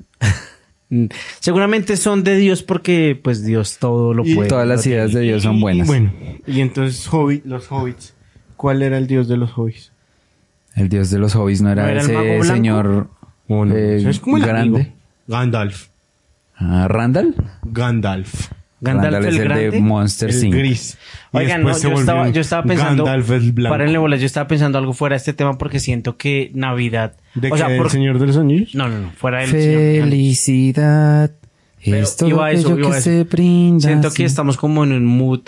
S4: Mm, Seguramente son de Dios porque pues Dios todo lo
S3: Y
S4: puede.
S3: todas las ideas de Dios son
S2: Y- Y,
S3: buenas.
S2: bueno, y entonces Hobbit, los hobbits. ¿Cuál era el dios de los hobbits?
S3: El dios de los hobbies no era,
S4: ¿No era el mago
S3: ese
S4: blanco?
S3: señor eh,
S2: es como el
S3: grande.
S2: amigo. Gandalf.
S3: Ah, ¿Randall?
S2: Gandalf.
S4: Gandalf el,
S3: es el de
S4: grande.
S3: Monster
S2: El
S3: Inc.
S2: gris. Y
S4: Oigan, no,
S2: después se
S4: yo estaba,
S2: volvió
S4: yo estaba pensando.
S2: Gandalf el blanco.
S4: Párenle bolas, yo estaba pensando algo fuera de este tema porque siento que Navidad.
S2: ¿De
S4: o sea,
S2: qué? ¿El
S4: por-
S2: señor de los anillos?
S4: No, no, no, fuera del Señor.
S3: Felicidad.
S4: Pero
S3: es todo
S4: iba a eso,
S3: aquello
S4: iba a
S3: que
S4: eso.
S3: se brinda.
S4: Siento
S3: sí.
S4: que estamos como en un mood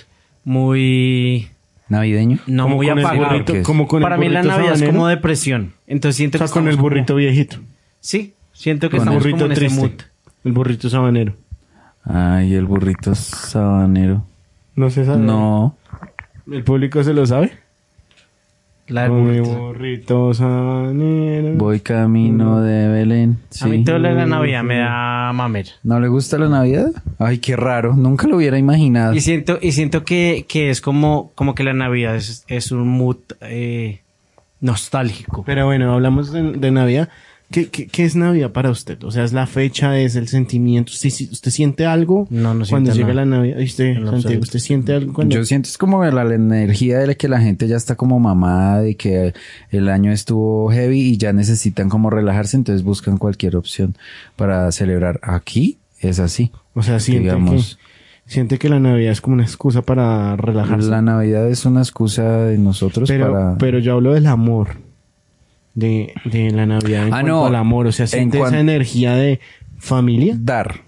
S4: muy...
S3: Navideño.
S4: No
S2: Como
S4: muy
S2: con el
S4: apagado.
S2: burrito-
S3: ¿qué es?
S2: como con el
S4: Para mí la
S2: burrito
S4: Navidad es
S2: sabanero.
S4: como depresión. Entonces siento
S2: O sea,
S4: que
S2: con el
S4: estamos
S2: burrito
S4: como-
S2: viejito.
S4: Sí, siento que
S2: El
S4: estamos como
S2: burrito
S4: en ese mood.
S2: triste. El burrito sabanero.
S3: Ay, el burrito sabanero.
S2: No se sabe.
S3: No.
S2: ¿El público se lo sabe?
S4: La del
S2: Mi
S4: burrito.
S2: burrito sabanero.
S3: Voy camino de Belén.
S4: A mí
S3: sí.
S4: todo lo de la Navidad me da mamer.
S3: ¿No le gusta la Navidad? Ay, qué raro. Nunca lo hubiera
S2: Ah.
S3: imaginado.
S4: Y siento, y siento que, que es como, como que la Navidad es, es un mood eh, nostálgico.
S2: Pero bueno, hablamos de, de Navidad. ¿Qué, qué, qué es Navidad para usted? O sea, es la fecha, es el sentimiento. ¿Usted, si- usted siente algo
S4: No, no
S2: cuando
S4: siento
S2: llega
S4: nada.
S2: la Navidad? Ay, Usted,
S4: lo
S2: Santiago,
S4: absoluto.
S2: ¿usted siente algo cuando...?
S3: Yo siento es como la, la energía de la que la gente ya está como mamada de que el año estuvo heavy y ya necesitan como relajarse, entonces buscan cualquier opción para celebrar. Aquí es así.
S2: o sea, siente
S3: digamos-
S2: que... Siente que la Navidad es como una excusa para relajarse.
S3: La Navidad es una excusa de nosotros
S2: pero,
S3: para...
S2: pero yo hablo del amor. De, de la Navidad en
S3: Ah,
S2: cuanto
S3: no.
S2: al amor. O sea,
S3: En
S2: siente
S3: cuan-
S2: esa energía de familia.
S3: dar.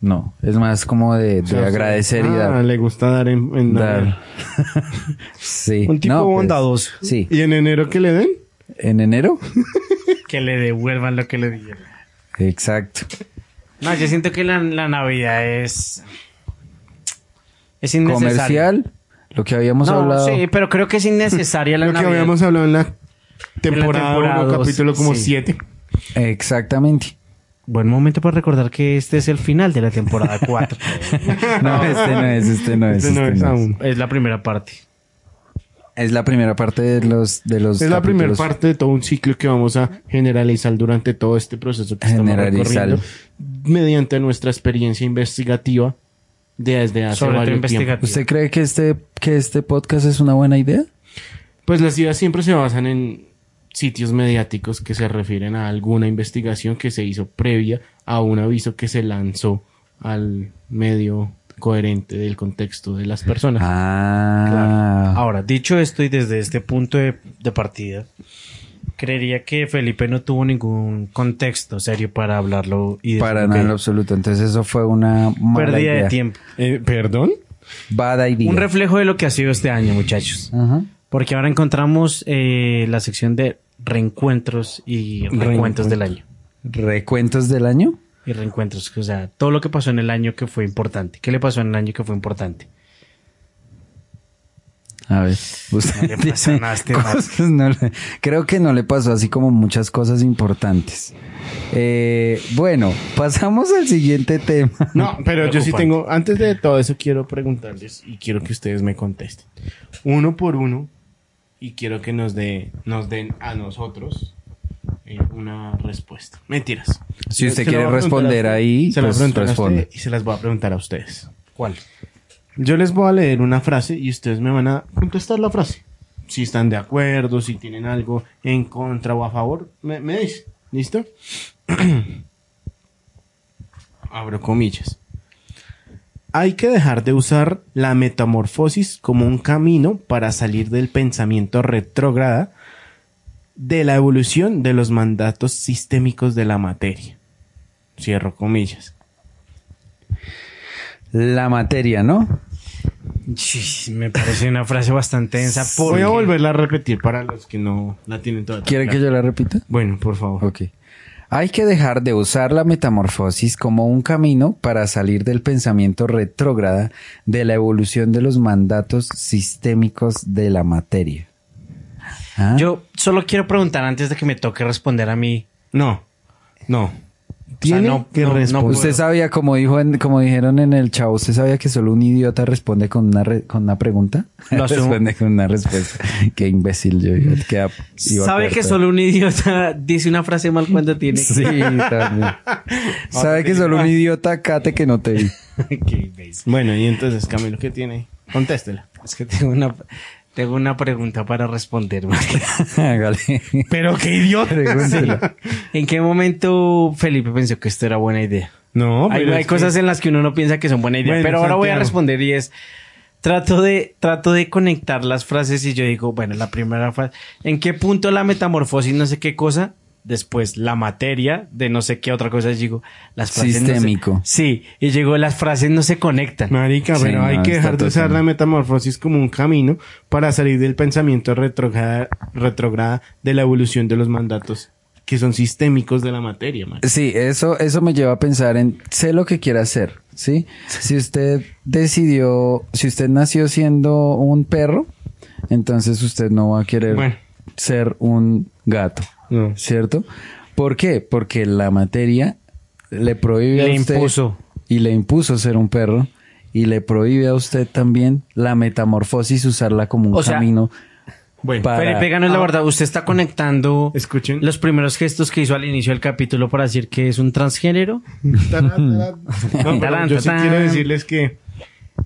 S3: No, es más como de, de
S2: O sea,
S3: agradecer y
S2: ah,
S3: dar.
S2: le gusta dar en, en Navidad.
S3: Dar. sí.
S7: Un tipo
S3: No, pues,
S7: bondadoso.
S3: Sí.
S2: ¿Y en enero qué le den?
S3: ¿En enero?
S4: Que le devuelvan lo que le dieron.
S3: Exacto.
S4: No, yo siento que la, la Navidad es. Es innecesaria.
S3: Comercial, lo que habíamos
S4: No,
S3: hablado.
S4: sí, pero creo que es innecesaria la
S2: Lo que
S4: Navidad.
S2: habíamos hablado en la temporada,
S4: temporada
S2: uno,
S4: dos,
S2: capítulo como
S4: sí.
S2: 7.
S3: Exactamente.
S4: Buen momento para recordar que este es el final de la temporada 4.
S3: No, este no es, este no es.
S2: Este no
S3: este
S2: es
S3: no es.
S2: aún.
S4: es la primera parte.
S3: Es la primera parte de los de los
S2: Es la primera
S3: capítulos.
S2: parte de todo un ciclo que vamos a generalizar durante todo este proceso que estamos
S3: Generalizar.
S2: recorriendo mediante nuestra experiencia investigativa de- desde hace
S4: Sobre todo
S2: varios
S4: investigativa.
S2: tiempo.
S3: ¿Usted cree que este que este podcast es una buena idea?
S2: Pues las ideas siempre se basan en sitios mediáticos que se refieren a alguna investigación que se hizo previa a un aviso que se lanzó al medio coherente del contexto de las personas.
S3: Ah,
S4: Ahora, dicho esto y desde este punto de, de partida, creería que Felipe no tuvo ningún contexto serio para hablarlo y
S2: Ah,
S3: para nada en lo
S4: desbloquear.
S3: absoluto. Entonces eso fue una mala
S4: pérdida
S3: idea.
S4: de tiempo.
S2: Eh, ¿Perdón?
S3: Bad idea.
S4: Un reflejo de lo que ha sido este año, muchachos.
S3: Ajá.
S4: Porque ahora encontramos eh, la sección de reencuentros y recuentos del año.
S3: Recuentos del año.
S4: Y reencuentros, o sea, todo lo que pasó en el año que fue importante. ¿Qué le pasó en el año que fue importante?
S3: A ver, usted
S4: No le pasa
S3: tiene
S4: nada a este
S3: cosas- no le- creo que no le pasó así como muchas cosas importantes. Eh, bueno, pasamos al siguiente tema.
S2: No, pero yo sí
S4: Preocupante.
S2: tengo, antes de todo eso quiero preguntarles y quiero que ustedes me contesten. Uno por uno y quiero que nos, dé- nos den a nosotros eh, una respuesta. Mentiras.
S3: Si
S2: Se
S3: usted
S2: la
S3: quiere
S2: voy a preguntar
S3: responder
S2: a usted-
S3: ahí,
S2: se la voy
S3: pues,
S2: a preguntar a usted
S3: responde.
S2: y se las voy a preguntar a ustedes.
S4: ¿Cuál?
S2: Yo les voy a leer una frase y ustedes me van a contestar la frase. Si están de acuerdo, si tienen algo en contra o a favor, me, me dicen. ¿Listo? Abro comillas. Hay que dejar de usar la metamorfosis como un camino para salir del pensamiento retrógrada de la evolución de los mandatos sistémicos de la materia. Cierro comillas.
S3: La materia, ¿no?
S4: Sí, me parece una frase bastante densa.
S2: Voy
S4: porque-
S2: a volverla a repetir para los que no la tienen todavía.
S3: ¿Quiere que yo la repita?
S2: Bueno, por favor.
S3: Ok. Hay que dejar de usar la metamorfosis como un camino para salir del pensamiento retrógrada de la evolución de los mandatos sistémicos de la materia. Ah,
S4: Yo solo quiero preguntar antes de que me toque responder a mí.
S2: No, no. Tiene
S4: no-
S2: que
S4: no- no
S2: responder.
S3: usted sabía, como dijo, en- como dijeron en el chavo, ¿usted sabía que solo un idiota responde con una, re- con una pregunta?
S4: Lo asumo.
S3: responde con una respuesta. Qué imbécil yo. yo que iba a
S4: ¿Sabe
S3: quedar
S4: que
S3: peor.
S4: solo un idiota dice una frase mal cuando tiene?
S3: Sí, también. ¿Sabe que solo un idiota cate que no te vi?
S2: Bueno, y entonces, Camilo, ¿qué tiene? Contéstela.
S4: Es que tengo una, tengo una pregunta para responder. porque-
S3: Hágale.
S2: Pero qué idiota.
S3: Pregúntelo.
S4: ¿En qué momento Felipe pensó que esto era buena idea?
S2: No,
S4: hay,
S2: pero
S4: hay
S2: es
S4: cosas
S2: que-
S4: en las que uno no piensa que son buena idea,
S2: Bueno,
S4: pero ahora voy a
S2: Santiago.
S4: responder y es trato de trato de conectar las frases y yo digo, bueno, la primera frase, ¿en qué punto la metamorfosis no sé qué cosa? Después la materia de no sé qué otra cosa, y digo, las frases no se-
S3: Sistémico.
S4: sí, y llegó las frases no se conectan.
S2: Marica,
S3: Sí,
S2: pero
S3: no,
S2: hay que
S3: está
S2: dejar de usar
S3: total.
S2: la metamorfosis como un camino para salir del pensamiento retrograda, retrograda de la evolución de los mandatos que son sistémicos de la materia, man.
S3: Sí, eso, eso me lleva a pensar en sé lo que quiera hacer, ¿sí? Si usted decidió, si usted nació siendo un perro, entonces usted no va a querer
S2: Bueno.
S3: ser un gato,
S2: No.
S3: ¿cierto? ¿Por qué? Porque la materia le prohíbe
S4: Le
S3: a usted
S4: impuso.
S3: y le impuso ser un perro y le prohíbe a usted también la metamorfosis usarla como un
S4: O sea,
S3: camino
S2: Bueno,
S3: Pa- Para-
S4: Felipe Gano, la verdad, usted está conectando
S2: escuchen.
S4: los primeros gestos que hizo al inicio del capítulo para decir que es un transgénero.
S2: No, pero yo sí
S4: Tarán,
S2: quiero
S4: tarán.
S2: decirles que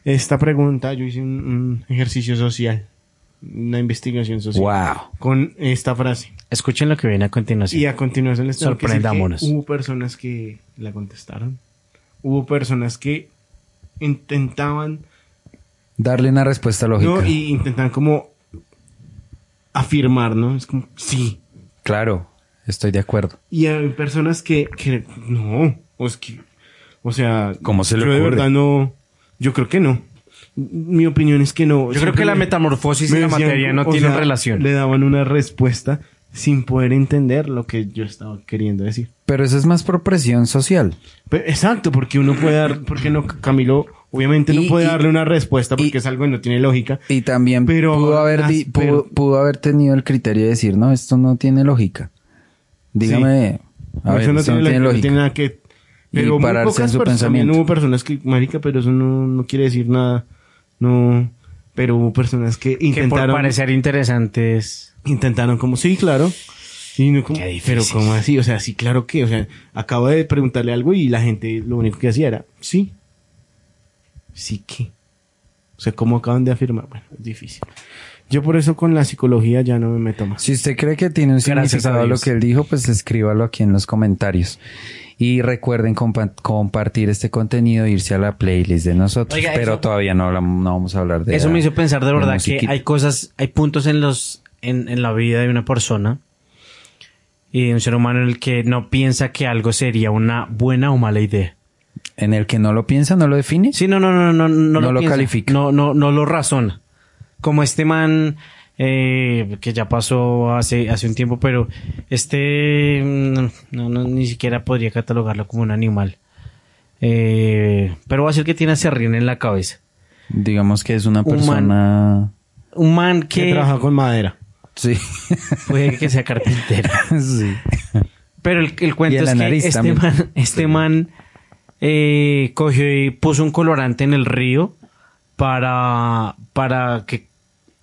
S2: esta pregunta, yo hice un, un ejercicio social, una investigación social
S3: Wow.
S2: con esta frase.
S4: Escuchen lo que viene a
S2: Y
S4: continuación.
S2: a continuación les tengo que decir que
S4: Sorprendámonos.
S2: hubo personas que la contestaron. Hubo personas que intentaban
S3: Darle una respuesta lógica.
S2: No, y intentan como afirmar, ¿no? Es como, sí.
S3: Claro, estoy de acuerdo.
S2: Y hay personas que, que no, o es que, o sea,
S3: ¿Cómo se le
S2: yo de
S3: ocurre?
S2: verdad no, yo creo que no. Mi opinión es que no.
S4: Yo creo que la metamorfosis y la materia no tienen
S2: tiene
S4: relación.
S2: Le daban una respuesta sin poder entender lo que yo estaba queriendo decir.
S3: Pero eso es más por presión social.
S2: Pero- exacto, porque uno puede dar, porque no, Camilo, obviamente
S3: Y-
S2: no puede
S3: y-
S2: darle una respuesta porque
S3: y-
S2: es algo que no tiene lógica.
S3: Y también
S2: Pero
S3: pudo, haber di-
S2: las-
S3: pudo,
S2: pero-
S3: pudo haber tenido el criterio de decir, no, esto no tiene lógica. Dígame, a
S2: No,
S3: ver,
S2: eso no tiene, la- no
S3: lógica.
S2: tiene nada que.
S3: Y
S2: Pero muy
S3: pararse en
S2: pocas
S3: su
S2: personas. También
S3: pensamiento.
S2: hubo personas que, marica, pero eso no, no quiere decir nada. No. Pero hubo personas que
S4: que por
S2: intentaron.
S4: parecer interesantes.
S2: intentaron como, sí, claro. Y no como, pero como así, o sea, sí, claro que, o sea, acabo de preguntarle algo y la gente lo único que hacía era, sí. Sí que. O sea, ¿cómo acaban de afirmar? Bueno, es difícil. Yo por eso con la psicología ya no me meto más.
S3: Si usted cree que tiene un
S4: Gracias a
S3: significado lo
S4: Dios.
S3: que él dijo, pues escríbalo aquí en los comentarios. Y recuerden compa- compartir este contenido e irse a la playlist de nosotros.
S4: Oiga,
S3: pero
S4: eso-
S3: todavía no, hablamos- no vamos a hablar de
S4: Eso me hizo pensar de
S3: la
S4: verdad que
S3: musiquita.
S4: hay cosas, hay puntos en los, en, en la vida de una persona y de un ser humano en el que no piensa que algo sería una buena o mala idea.
S3: En el que no lo piensa, no lo define.
S4: Sí, no, no, no, no, no,
S3: No lo
S4: piensa.
S3: califica.
S4: No, no, no lo razona. Como este man eh, que ya pasó hace, hace un tiempo, pero este mm, no, no, ni siquiera podría catalogarlo como un animal. Eh, pero va a ser que tiene a Serrín en la cabeza.
S3: Digamos que es una
S4: Human-
S3: persona.
S4: Un man
S2: Que
S4: que
S2: trabaja con madera.
S3: Sí.
S4: puede que sea carpintero.
S3: sí.
S4: Pero el, el cuento
S3: Y en
S4: es
S3: la
S4: que
S3: nariz
S4: este
S3: también.
S4: man, este man eh, cogió y puso un colorante en el río para, para que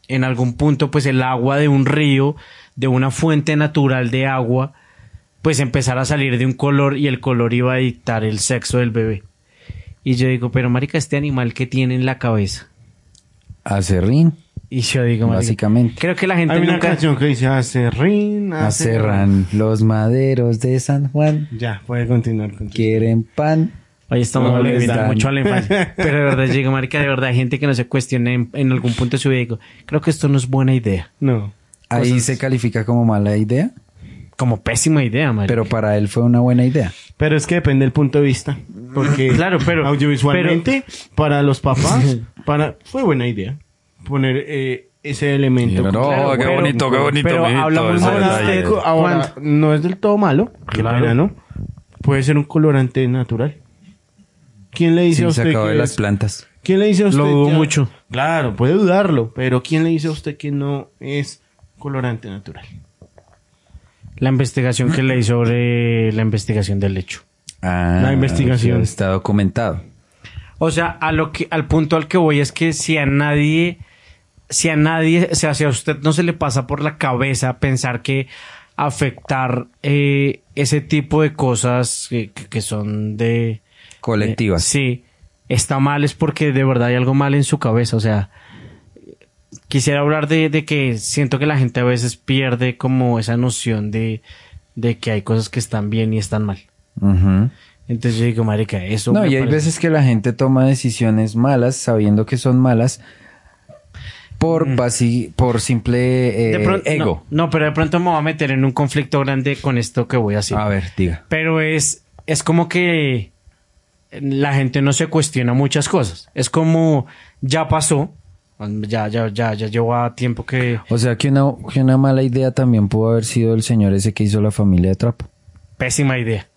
S4: en algún punto pues el agua de un río, de una fuente natural de agua, pues empezara a salir de un color y el color iba a dictar el sexo del bebé. Y yo digo, pero marica, este animal que tiene en la cabeza.
S3: Acerrín,
S4: Y yo digo, marica,
S3: básicamente.
S4: creo que la gente
S2: Hay una
S4: nunca...
S2: canción que dice, hace rin,
S4: Ah,
S2: hace
S3: Acerran los maderos de San Juan.
S2: Ya, puede continuar con
S3: Quieren pan.
S4: Hoy estamos
S3: No les
S4: volviendo
S3: dan.
S4: mucho a la infancia. Pero de verdad, llega marica, de verdad, hay gente que no se cuestiona en, en algún punto de su vida. y digo, creo que esto no es buena idea.
S2: No.
S3: Ahí se califica como mala idea,
S4: Como pésima idea, marica.
S3: pero para él fue una buena idea.
S2: Pero es que depende del punto de vista. Porque
S4: Claro, pero-
S2: audiovisualmente, para los papás, para fue buena idea poner eh, ese elemento.
S5: No, oh,
S2: Claro,
S5: qué
S2: bueno,
S5: bonito, qué bonito.
S4: pero
S5: mijo,
S4: habla muy
S5: ese
S4: mal
S2: Ahora,
S3: pues,
S5: detalle.
S4: de-
S2: ahora, ahora, no es del todo malo, qué
S4: Claro.
S2: pena, ¿no? Puede ser un colorante natural. ¿Quién le dice
S3: Sí,
S2: a
S3: se
S2: usted
S3: acabó
S2: que
S3: de las
S2: es-
S3: plantas.
S2: ¿Quién le dice a usted?
S4: Lo dudo
S2: ya-
S4: mucho.
S2: Claro, puede dudarlo, pero ¿quién le dice a usted que no es colorante natural?
S4: La investigación que leí sobre la investigación del hecho.
S3: Ah,
S2: La investigación.
S3: sí, Está documentado.
S4: O sea, a lo que, al punto al que voy es que si a nadie, si a nadie, o sea, si a usted no se le pasa por la cabeza pensar que afectar eh, ese tipo de cosas que- que que son de,
S3: Colectivas.
S4: Eh, sí, está mal es porque de verdad hay algo mal en su cabeza. O sea, quisiera hablar de, de que siento que la gente a veces pierde como esa noción de, de que hay cosas que están bien y están mal.
S3: Ujú.
S4: Entonces yo digo, marica, eso...
S3: No,
S4: me
S3: y hay
S4: parece-
S3: veces que la gente toma decisiones malas sabiendo que son malas por, basi- por simple eh,
S4: Mm. De pronto-
S3: ego.
S4: No, no, pero de pronto me voy a meter en un conflicto grande con esto que voy a decir.
S3: A ver, diga.
S4: Pero es, es como que la gente no se cuestiona muchas cosas. Es como ya pasó, ya, ya, ya, ya lleva tiempo que...
S3: O sea que una, que una mala idea también pudo haber sido el señor ese que hizo la familia de Trapo.
S4: Pésima idea.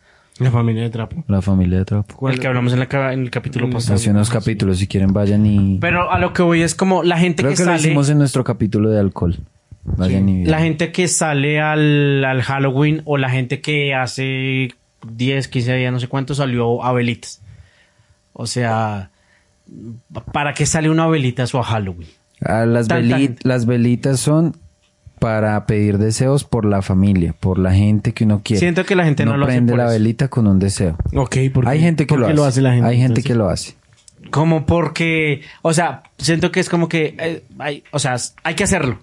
S2: La familia de trapo.
S3: La familia de Trapo.
S4: el que hablamos en, la ca- en el
S3: Mm.
S4: capítulo pasado.
S3: Hace unos capítulos, si quieren, vayan y.
S4: Pero a lo que voy es como la gente
S3: Creo
S4: que,
S3: que lo
S4: sale.
S3: hicimos en nuestro capítulo de alcohol. Vayan y.
S4: La gente que sale al, al Halloween o la gente que hace 10, 15 días, no sé cuánto, salió a velitas. O sea, ¿para qué sale una velita o a Halloween?
S3: Ah, las,
S4: Tan,
S3: veli-
S4: tan.
S3: las velitas son para pedir deseos por la familia, por la gente que uno quiere.
S4: Siento que la gente no lo hace
S3: prende
S4: por
S3: la
S4: eso.
S3: velita con un deseo.
S2: Ok, ¿por qué?
S3: Hay gente que
S2: ¿Por
S3: lo
S2: qué
S3: hace.
S2: la gente.
S3: Hay gente
S2: entonces?
S3: que lo hace.
S4: Como porque, o sea, siento que es como que, eh, hay, o sea, hay que hacerlo.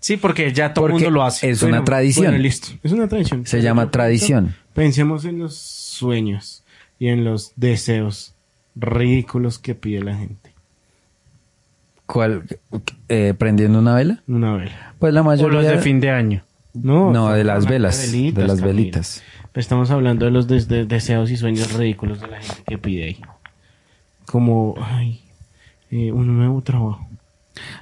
S4: Sí, porque ya todo el
S3: Porque
S4: mundo lo hace.
S3: es una tradición.
S2: Bueno, listo. Es una tradición.
S3: Se llama tradición.
S2: Pensemos en los sueños y en los deseos ridículos que pide la gente.
S3: ¿Cuál? Eh, ¿Prendiendo una vela?
S2: Una vela.
S3: Pues la
S4: O los
S3: mayoría...
S4: de fin de año.
S2: No,
S3: No, de
S2: estamos
S3: las
S2: hablando
S3: velas. de las
S2: Camilo.
S3: velitas.
S2: Estamos hablando de los des- de- deseos y sueños ridículos de la gente que pide ahí. Como, ay, eh, un nuevo trabajo.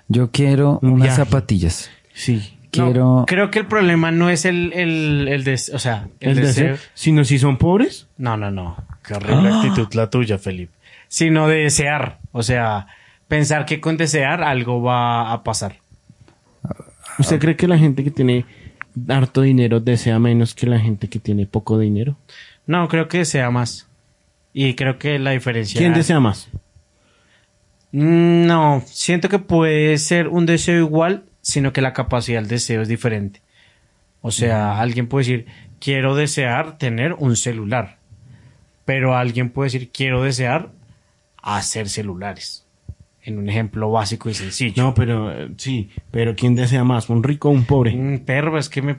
S3: Yo quiero
S2: Un
S3: unas
S2: viaje.
S3: zapatillas.
S2: Sí.
S3: Quiero...
S4: No, creo que el problema no es el, el, el des- o sea, el,
S2: El
S4: deseo.
S2: deseo. Ah. Sino si son pobres.
S4: No, no, no. Qué horrible actitud la tuya, Felipe. Sino de desear. O sea, pensar que con desear algo va a pasar.
S3: Ah.
S2: ¿Usted cree que la gente que tiene harto dinero desea menos que la gente que tiene poco dinero?
S4: No, creo que desea más. Y creo que la diferencia.
S2: ¿Quién desea más?
S4: Mm, No, siento que puede ser un deseo igual, sino que la capacidad del deseo es diferente. O sea, alguien puede decir, quiero desear tener un celular. Pero alguien puede decir, quiero desear hacer celulares. En un ejemplo básico y sencillo.
S2: No, pero eh, sí, pero ¿quién desea más? ¿Un rico o un pobre?
S4: Mm, Perro, es que me...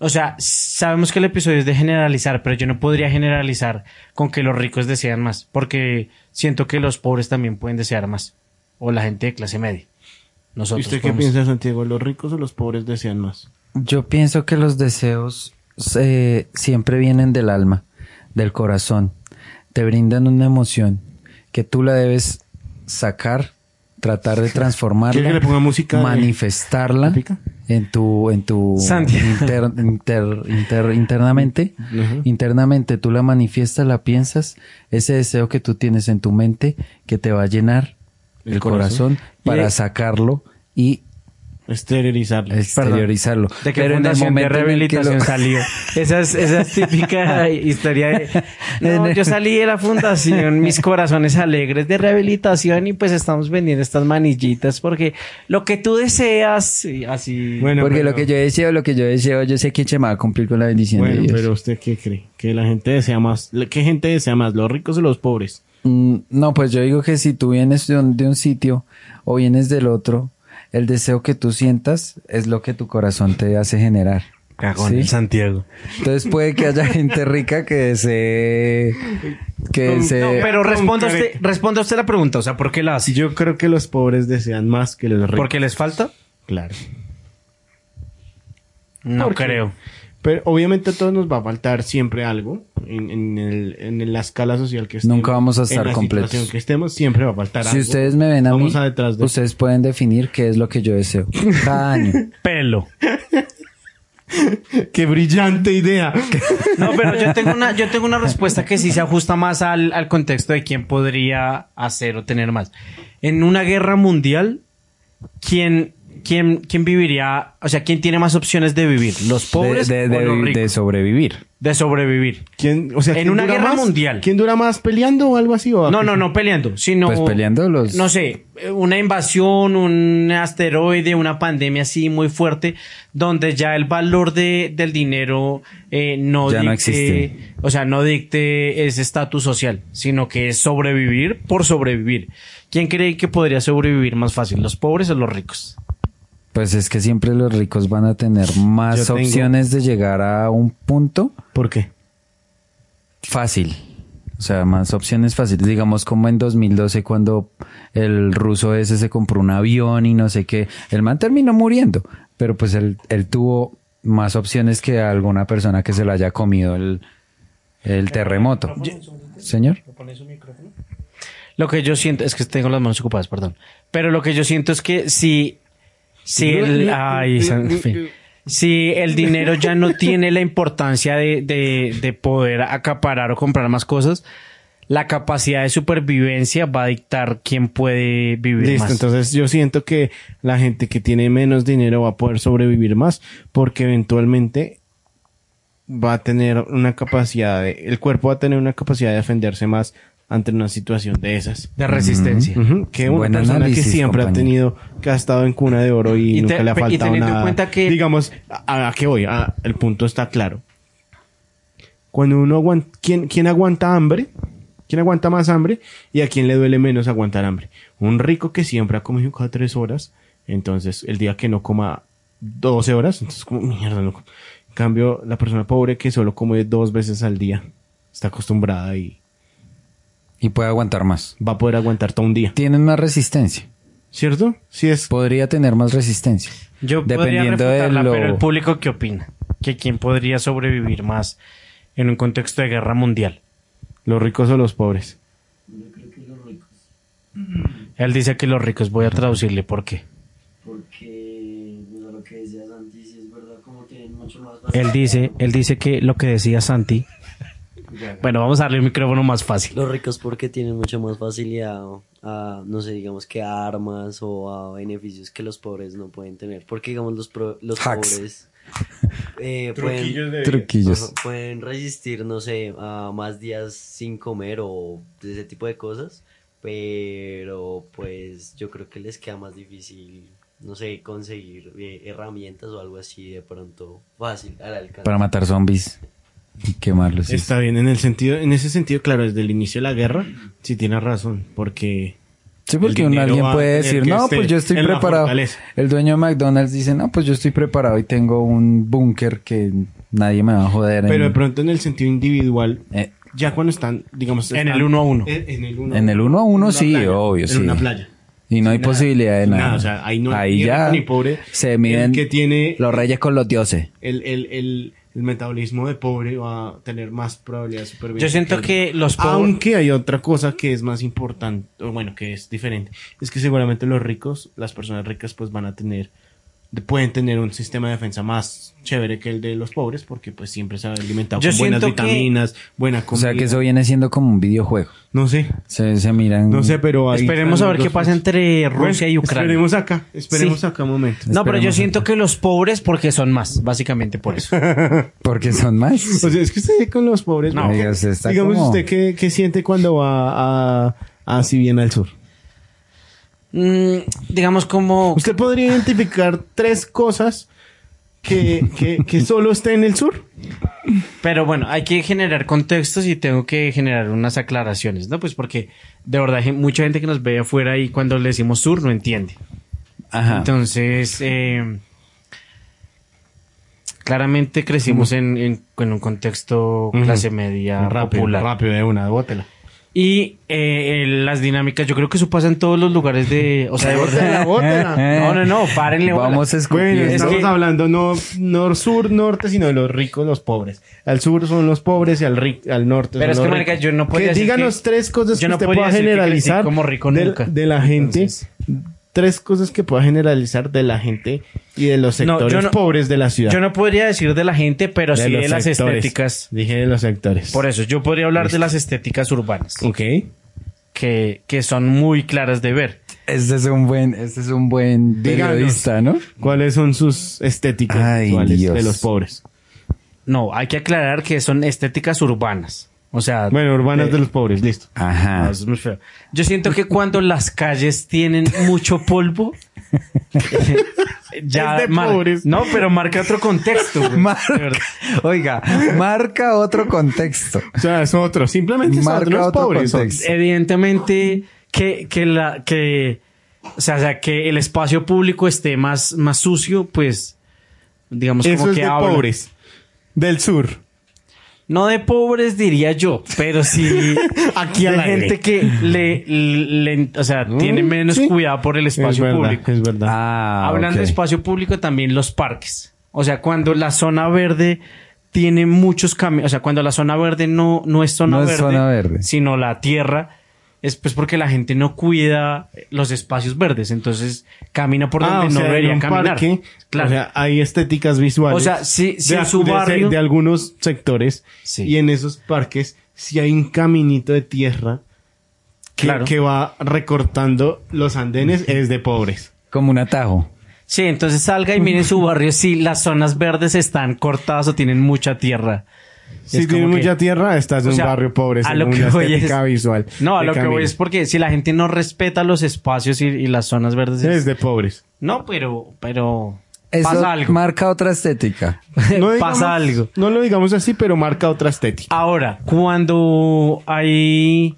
S4: O sea, sabemos que el episodio es de generalizar, pero yo no podría generalizar con que los ricos desean más, porque siento que los pobres también pueden desear más, o la gente de clase media.
S2: ¿Y
S4: Nosotros
S2: usted qué
S4: podemos-
S2: piensa, Santiago? ¿Los ricos o los pobres desean más?
S3: Yo pienso que los deseos eh, siempre vienen del alma, del corazón. Te brindan una emoción que tú la debes sacar, tratar de transformarla,
S2: ¿Quiere que le ponga música de-
S3: manifestarla
S2: épica?
S3: en tu, en tu
S4: Santi.
S3: inter- inter- inter- internamente, internamente tú la manifiestas, la piensas, ese deseo que tú tienes en tu mente que te va a llenar el,
S2: El
S3: corazón,
S2: corazón.
S3: para
S4: Y-
S3: sacarlo y
S2: Exteriorizarlo.
S3: exteriorizarlo.
S4: ¿De qué
S3: Pero en el
S4: fundación de
S3: momento en el que lo-
S4: rehabilitación salió? Esa es, esa es típica historia de... No, yo salí de la fundación Mis Corazones Alegres de Rehabilitación y pues estamos vendiendo estas manillitas porque lo que tú deseas, y así...
S2: Bueno,
S3: Porque
S2: pero-
S3: lo que yo deseo, lo que yo deseo, yo sé que se me va a cumplir con la bendición
S2: Bueno,
S3: de Dios.
S2: pero ¿usted qué cree? ¿Que la gente desea más? ¿La- ¿Qué gente desea más? ¿Los ricos o los pobres?
S3: Mm, no, pues yo digo que si tú vienes de un, de un sitio o vienes del otro, el deseo que tú sientas es lo que tu corazón te hace generar.
S4: Cagón,
S3: Sí.
S4: el Santiago.
S3: Entonces puede que haya gente rica que desee... Que desee...
S4: No, pero responda
S2: Concrete.
S4: usted, responda usted la pregunta, o sea, ¿por qué la hace?
S2: Yo creo que los pobres desean más que los ricos.
S4: ¿Porque les falta?
S2: Claro.
S4: No
S2: ¿Por qué?
S4: creo.
S2: Pero obviamente a todos nos va a faltar siempre algo en, en el- en la escala social que estemos.
S3: Nunca vamos a estar
S2: en la
S3: completos.
S2: situación que estemos siempre va a faltar
S3: si
S2: algo.
S3: ustedes me ven a
S2: Vamos
S3: mí,
S2: a detrás de
S3: ustedes pueden definir qué es lo que yo deseo. Cada año.
S4: Pelo.
S2: ¡Qué brillante idea!
S4: No, pero yo tengo una, yo tengo una respuesta que sí se ajusta más al, al contexto de quién podría hacer o tener más. En una guerra mundial, ¿quién, quién, quién viviría? O sea, ¿quién tiene más opciones de vivir? ¿Los pobres
S3: de, de-
S4: o
S3: de-
S4: los
S3: de
S4: ricos?
S3: sobrevivir.
S4: De sobrevivir.
S2: ¿Quién- o sea,
S4: En
S2: ¿quién
S4: una
S2: dura
S4: guerra
S2: más?
S4: mundial.
S2: ¿Quién dura más peleando o algo así? O
S4: No, no, no peleando, sino...
S3: Pues peleando los-
S4: No sé, eh, una invasión, un asteroide, una pandemia así muy fuerte, donde ya el valor de, del dinero eh, no
S3: Ya
S4: dicte...
S3: no existe.
S4: O sea, no dicte ese estatus social, sino que es sobrevivir por sobrevivir. ¿Quién cree que podría sobrevivir más fácil, los pobres o los ricos?
S3: Pues es que siempre los ricos van a tener
S2: Yo
S3: más
S2: tengo-
S3: opciones de llegar a un punto
S2: ¿Por qué?
S3: fácil. O sea, más opciones fáciles. Digamos como en 2012 cuando el ruso ese se compró un avión y no sé qué. El man terminó muriendo, pero pues él, él tuvo más opciones que alguna persona que se le haya comido el, el terremoto. Señor.
S4: Lo que yo siento es que tengo las manos ocupadas, perdón. Pero lo que yo siento es que si, si el, ay, en fin. si el dinero ya no tiene la importancia de, de- de poder acaparar o comprar más cosas, la capacidad de supervivencia va a dictar quién puede vivir
S2: Listo,
S4: más.
S2: entonces yo siento que la gente que tiene menos dinero va a poder sobrevivir más porque eventualmente va a tener una capacidad de, el cuerpo va a tener una capacidad de defenderse más ante una situación de esas.
S4: De resistencia.
S2: Ujú, que una
S3: Buen
S2: persona que
S3: análisis,
S2: siempre
S3: compañero.
S2: ha tenido, que ha estado en cuna de oro y,
S4: Y te-
S2: nunca le ha
S4: y
S2: faltado
S4: teniendo en
S2: nada.
S4: cuenta que-
S2: Digamos, ¿a, a qué voy? Ah, el punto está claro. Cuando uno aguanta... ¿quién, ¿Quién aguanta hambre? ¿Quién aguanta más hambre? ¿Y a quién le duele menos aguantar hambre? Un rico que siempre ha comido cada tres horas, entonces el día que no coma 12 horas, entonces como mierda, loco. En cambio, la persona pobre que solo come dos veces al día, está acostumbrada y
S3: Y puede aguantar más.
S2: va a poder aguantar todo un día.
S3: Tienen más resistencia.
S2: ¿Cierto? Si es
S3: Podría tener más resistencia.
S4: Yo
S3: Dependiendo
S4: podría
S3: de
S4: refutarla,
S3: lo-
S4: pero el público qué opina? Que quién podría sobrevivir más en un contexto de guerra mundial.
S2: los ricos o los pobres.
S4: Él dice que los ricos, voy a traducirle por qué.
S6: Porque bueno, lo que decía Santi sí es verdad, como tienen mucho más
S4: Él dice, él dice que lo que decía Santi. Bueno, vamos a darle un micrófono más fácil.
S6: Los ricos porque tienen mucha más facilidad a, no sé, digamos que a armas o a beneficios que los pobres no pueden tener. Porque, digamos, los, pro- los
S3: Hacks.
S6: pobres eh, pueden,
S3: Truquillos.
S6: ajá, pueden resistir, no sé, a más días sin comer o de ese tipo de cosas. Pero, pues, yo creo que les queda más difícil, no sé, conseguir eh, herramientas o algo así de pronto fácil al alcance.
S3: Para matar zombies y quemarlos. sí.
S2: Está bien, en el sentido, en ese sentido, claro, desde el inicio de la guerra, sí tienes razón, porque
S3: Sí, porque
S2: El
S3: un
S2: dinero
S3: alguien
S2: va
S3: puede
S2: en el
S3: decir,
S2: que
S3: no,
S2: esté,
S3: pues yo estoy
S2: en la
S3: preparado.
S2: fortaleza".
S3: El dueño de McDonald's dice, no, pues yo estoy preparado y tengo un búnker que nadie me va a joder.
S2: pero de
S3: en,
S2: pronto en el sentido individual,
S3: eh,
S2: ya cuando están, digamos,
S4: En
S2: están-
S4: el uno a uno.
S2: En, en el uno
S3: En el uno a uno,
S2: en una
S3: sí, obvio,
S2: en
S3: sí.
S2: una playa.
S3: y no hay posibilidad de nada.
S2: Nada, o sea, ahí no hay
S3: Ahí
S2: ni rico
S3: ya
S2: ni pobre.
S3: se
S2: El
S3: miden
S2: que tiene-
S3: los reyes con los dioses.
S2: El, el, el, el metabolismo de pobre va a tener más probabilidad de supervivencia.
S4: Yo siento que los pobres...
S2: Aunque hay otra cosa que es más importante, o bueno, que es diferente, es que seguramente los ricos, las personas ricas, pues van a tener, de- pueden tener un sistema de defensa más chévere que el de los pobres, porque pues siempre se han alimentado
S4: Yo
S2: con buenas
S4: siento que-
S2: vitaminas, buena
S3: O
S2: comida.
S3: sea, que eso viene siendo como un videojuego.
S2: No sé,
S3: Se, se miran.
S2: no sé, pero ahí
S4: Esperemos
S2: están
S4: a ver
S2: los
S4: qué
S2: dos
S4: pasa
S2: puntos.
S4: entre
S2: Bueno,
S4: Rusia y Ucrania.
S2: Esperemos acá, esperemos
S4: Sí.
S2: acá un momento.
S4: No, pero yo
S3: Esperemos.
S4: siento que los pobres porque son más, básicamente por eso.
S3: Porque son más.
S2: O sea, es que usted con los pobres,
S3: No,
S2: ¿no?
S3: oiga, usted está
S2: digamos
S3: como-
S2: usted qué, qué siente cuando va a, a si bien al sur.
S4: Mm, digamos como...
S2: ¿Usted podría identificar tres cosas que, que, que solo esté en el sur?
S4: Pero bueno, hay que generar contextos y tengo que generar unas aclaraciones, ¿no? Pues porque de verdad gen- mucha gente que nos ve afuera y cuando le decimos sur no entiende.
S2: Ah.
S3: Ajá.
S4: Entonces, eh, claramente crecimos en, en- en un contexto
S2: Ujú.
S4: clase media
S2: rápido,
S4: popular.
S2: rápido de una, bótela.
S4: Y eh, eh, las dinámicas, yo creo que eso pasa en todos los lugares de... O sea, de
S2: Bótela,
S4: verdad.
S2: bótela.
S4: No, no, no, párenle. bola.
S3: Vamos a escupir.
S2: Bueno,
S4: Es
S2: estamos
S4: que-
S2: hablando no, no sur, norte, sino de los ricos, los pobres. Al sur son los pobres y al, ri- al norte
S4: Pero es
S2: son
S4: que,
S2: los
S4: marica,
S2: ricos.
S4: yo no podía
S2: Que
S4: decir
S2: díganos
S4: que-
S2: tres cosas
S4: yo
S2: que
S4: no
S2: usted
S4: podía
S2: pueda
S4: decir que crecí
S2: generalizar
S4: como rico
S2: de,
S4: nunca.
S2: de la gente.
S4: Entonces-
S2: Tres cosas que pueda generalizar de la gente y de los
S4: No, yo
S2: sectores
S4: no-
S2: pobres de la ciudad.
S4: Yo no podría decir de la gente, pero sí de
S2: los
S4: las
S2: sectores.
S4: estéticas.
S2: Dije de los sectores.
S4: Por eso, yo podría hablar de las estéticas urbanas,
S2: Ok.
S4: que, que son muy claras de ver.
S3: Este es un buen, este es un buen
S2: Díganos.
S3: periodista, ¿no?
S2: ¿Cuáles son sus estéticas
S3: Ay,
S2: sexuales
S3: Dios.
S2: de los pobres?
S4: No, hay que aclarar que son estéticas urbanas. O sea,
S2: Bueno,
S3: Eh,
S2: urbanas de los pobres, listo. Ah,
S3: Ajá.
S4: no, Ah, eso es muy feo. yo siento que cuando las calles tienen mucho polvo, ya
S2: Es de
S4: mar-
S2: pobres.
S4: No, pero marca otro contexto. güey. De
S3: Marca,
S4: verdad.
S3: oiga, marca otro contexto.
S2: O sea, es otro. Simplemente son
S3: Marca
S2: los
S3: otro
S2: pobres. son-
S3: contexto.
S4: evidentemente que, que la que o sea, o sea, que el espacio público esté más más sucio pues digamos
S2: Eso
S4: como
S2: es
S4: que
S2: de
S4: habla.
S2: pobres. Del sur.
S4: no de pobres diría yo pero sí
S2: Aquí
S4: de
S2: al aire. Mm,
S4: gente que le, le- o sea tiene menos
S2: sí.
S4: cuidado por el espacio
S2: es verdad,
S4: público
S2: Es verdad.
S3: Ah,
S4: hablando
S3: ok.
S4: de espacio público también los parques o sea cuando la zona verde tiene muchos caminos, o sea, cuando la zona verde no, no es zona
S3: No es
S4: verde,
S3: zona verde.
S4: sino la tierra, es pues porque la gente no cuida los espacios verdes, entonces camina por
S2: Ah,
S4: donde
S2: o
S4: no
S2: sea, en
S4: debería
S2: un
S4: caminar.
S2: parque,
S4: claro.
S2: O sea, hay estéticas visuales.
S4: O sea, sí- sí
S2: de,
S4: en su
S2: de-
S4: barrio-
S2: de algunos sectores.
S4: Sí.
S2: Y en esos parques, si hay un caminito de tierra que,
S4: Claro.
S2: que va recortando los andenes, es de pobres.
S3: Como un atajo.
S4: Sí, entonces salga y mire su barrio si las zonas verdes están cortadas o tienen mucha tierra.
S2: Si tienes mucha tierra, estás en
S4: o
S2: un
S4: sea,
S2: barrio pobre,
S4: a lo
S2: según
S4: que
S2: la
S4: voy
S2: estética
S4: es-
S2: visual.
S4: No, a
S2: de
S4: lo que voy
S2: Camilo.
S4: es porque si la gente no respeta los espacios y, y las zonas verdes. es-
S2: Es de pobres.
S4: No, pero, pero
S3: Eso
S4: pasa algo.
S3: marca otra estética.
S2: No digamos-
S4: pasa algo.
S2: No lo digamos así, pero marca otra estética.
S4: Ahora, cuando hay...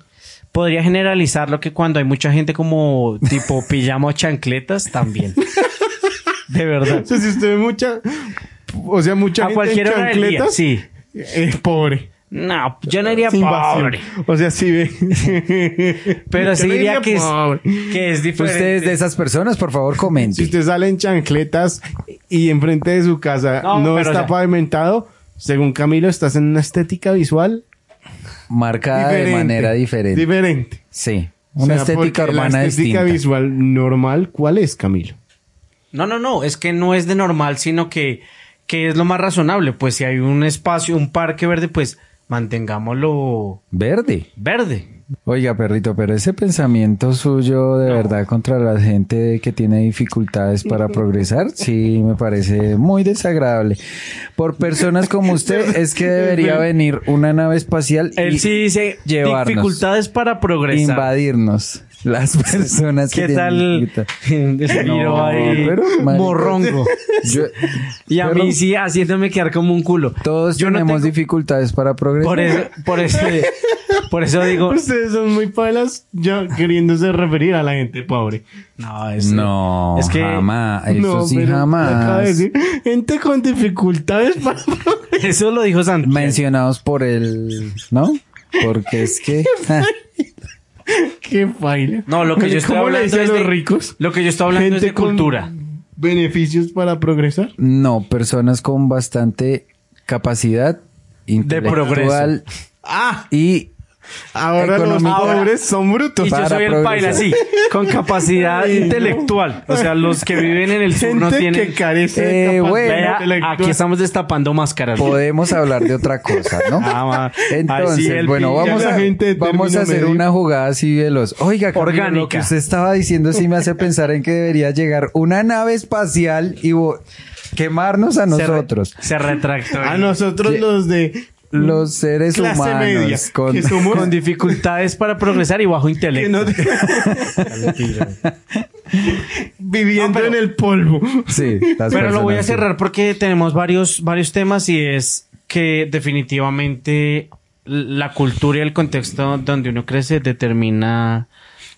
S4: Podría generalizarlo que cuando hay mucha gente como tipo pijama o chancletas, también. De verdad.
S2: O sea, si usted ve mucha... O sea, mucha
S4: A
S2: gente
S4: cualquier
S2: en
S4: hora del día,
S2: chancletas, eh,
S4: sí.
S2: Es pobre.
S4: No, yo no diría
S2: Es invasión.
S4: pobre.
S2: O sea, sí ve.
S4: Pero sí
S2: Yo no
S4: diría que es,
S2: pobre.
S4: que es diferente.
S3: Ustedes de esas personas, por favor,
S2: Si
S3: comenten.
S2: usted sale en chancletas y enfrente de su casa
S4: No,
S2: no,
S4: pero,
S2: está
S4: o sea-
S2: pavimentado, según Camilo, estás en una estética visual
S3: Marcada de
S2: diferente.
S3: manera diferente.
S2: Diferente.
S3: sí.
S2: O
S3: Una
S2: sea,
S3: estética
S2: porque
S3: urbana
S2: La estética
S3: distinta.
S2: visual normal, ¿cuál es, Camilo?
S4: No, no, no, es que no es de normal, sino que, que es lo más razonable. Pues si hay un espacio, un parque verde, pues mantengámoslo
S3: Verde.
S4: verde.
S3: Oiga, perrito, pero ese pensamiento suyo de verdad contra la gente que tiene dificultades para progresar, sí me parece muy desagradable. Por personas como usted es que debería venir una nave espacial y
S4: Él sí dice
S3: llevarnos.
S4: dificultades para progresar.
S3: invadirnos las personas que
S4: ¿Qué
S3: tienen
S4: tal?
S3: dificultades.
S4: El
S3: No,
S4: no, ahí,
S3: pero, marica.
S4: morrongo.
S3: Yo-
S4: Y a
S3: Pero
S4: mí sí haciéndome quedar como un culo.
S3: Todos
S4: Yo no
S3: tenemos
S4: tengo-
S3: dificultades para progresar.
S4: Por eso, por eso, por eso digo.
S3: Pues,
S2: Ustedes son muy palas ya queriéndose referir a la gente pobre.
S4: No, es,
S3: No,
S4: Es que-
S3: jamás. Ah, Eso
S2: No,
S3: sí,
S2: pero acaba de
S3: jamás.
S2: decir, gente con dificultades para...
S4: eso lo dijo Santi.
S3: Mencionados por el... ¿No? Porque es que... ah,
S2: ¡Qué baila!
S4: No, lo que yo estoy
S2: ¿Cómo le
S4: hablando
S2: dice a
S4: es
S2: los
S4: de-
S2: ricos?
S4: Lo que yo estoy hablando es de
S2: con
S4: cultura.
S2: ¿Beneficios para progresar?
S3: No, personas con bastante capacidad intelectual
S4: Ah,
S3: y
S2: Ahora
S3: Económico.
S2: los pobres son brutos.
S4: Y yo
S3: Para
S4: soy el
S3: progresar.
S4: paila, sí, con capacidad
S2: Ay, no.
S4: intelectual. O sea, los que viven en el sur
S2: Gente
S4: no tienen.
S2: que carece de
S3: Eh,
S2: capacidad
S3: bueno,
S4: Vea,
S2: intelectual.
S4: aquí estamos destapando máscaras.
S3: podemos hablar de otra cosa, ¿no?
S4: Ah, ma. Así
S3: Entonces,
S4: el
S3: bueno,
S4: pin-
S3: vamos
S2: la
S3: a,
S2: gente de
S3: vamos
S2: término
S3: a hacer
S2: medio.
S3: una jugada así veloz. Oiga, Camilo, lo
S4: Orgánica.
S3: que usted estaba diciendo sí me hace pensar en que debería llegar una nave espacial y vo- quemarnos a
S4: Se re-
S3: nosotros,
S4: Se, retractó.
S2: A nosotros los de...
S3: los seres
S2: Clase
S3: humanos,
S2: media,
S3: con,
S2: que somos-
S4: Con dificultades para progresar y bajo
S2: que
S4: intelecto.
S2: no te- Viviendo en el polvo.
S3: sí, las
S4: Pero lo voy
S3: personas
S4: a
S3: que-
S4: cerrar porque tenemos varios, varios temas y es que definitivamente la cultura y el contexto donde uno crece determina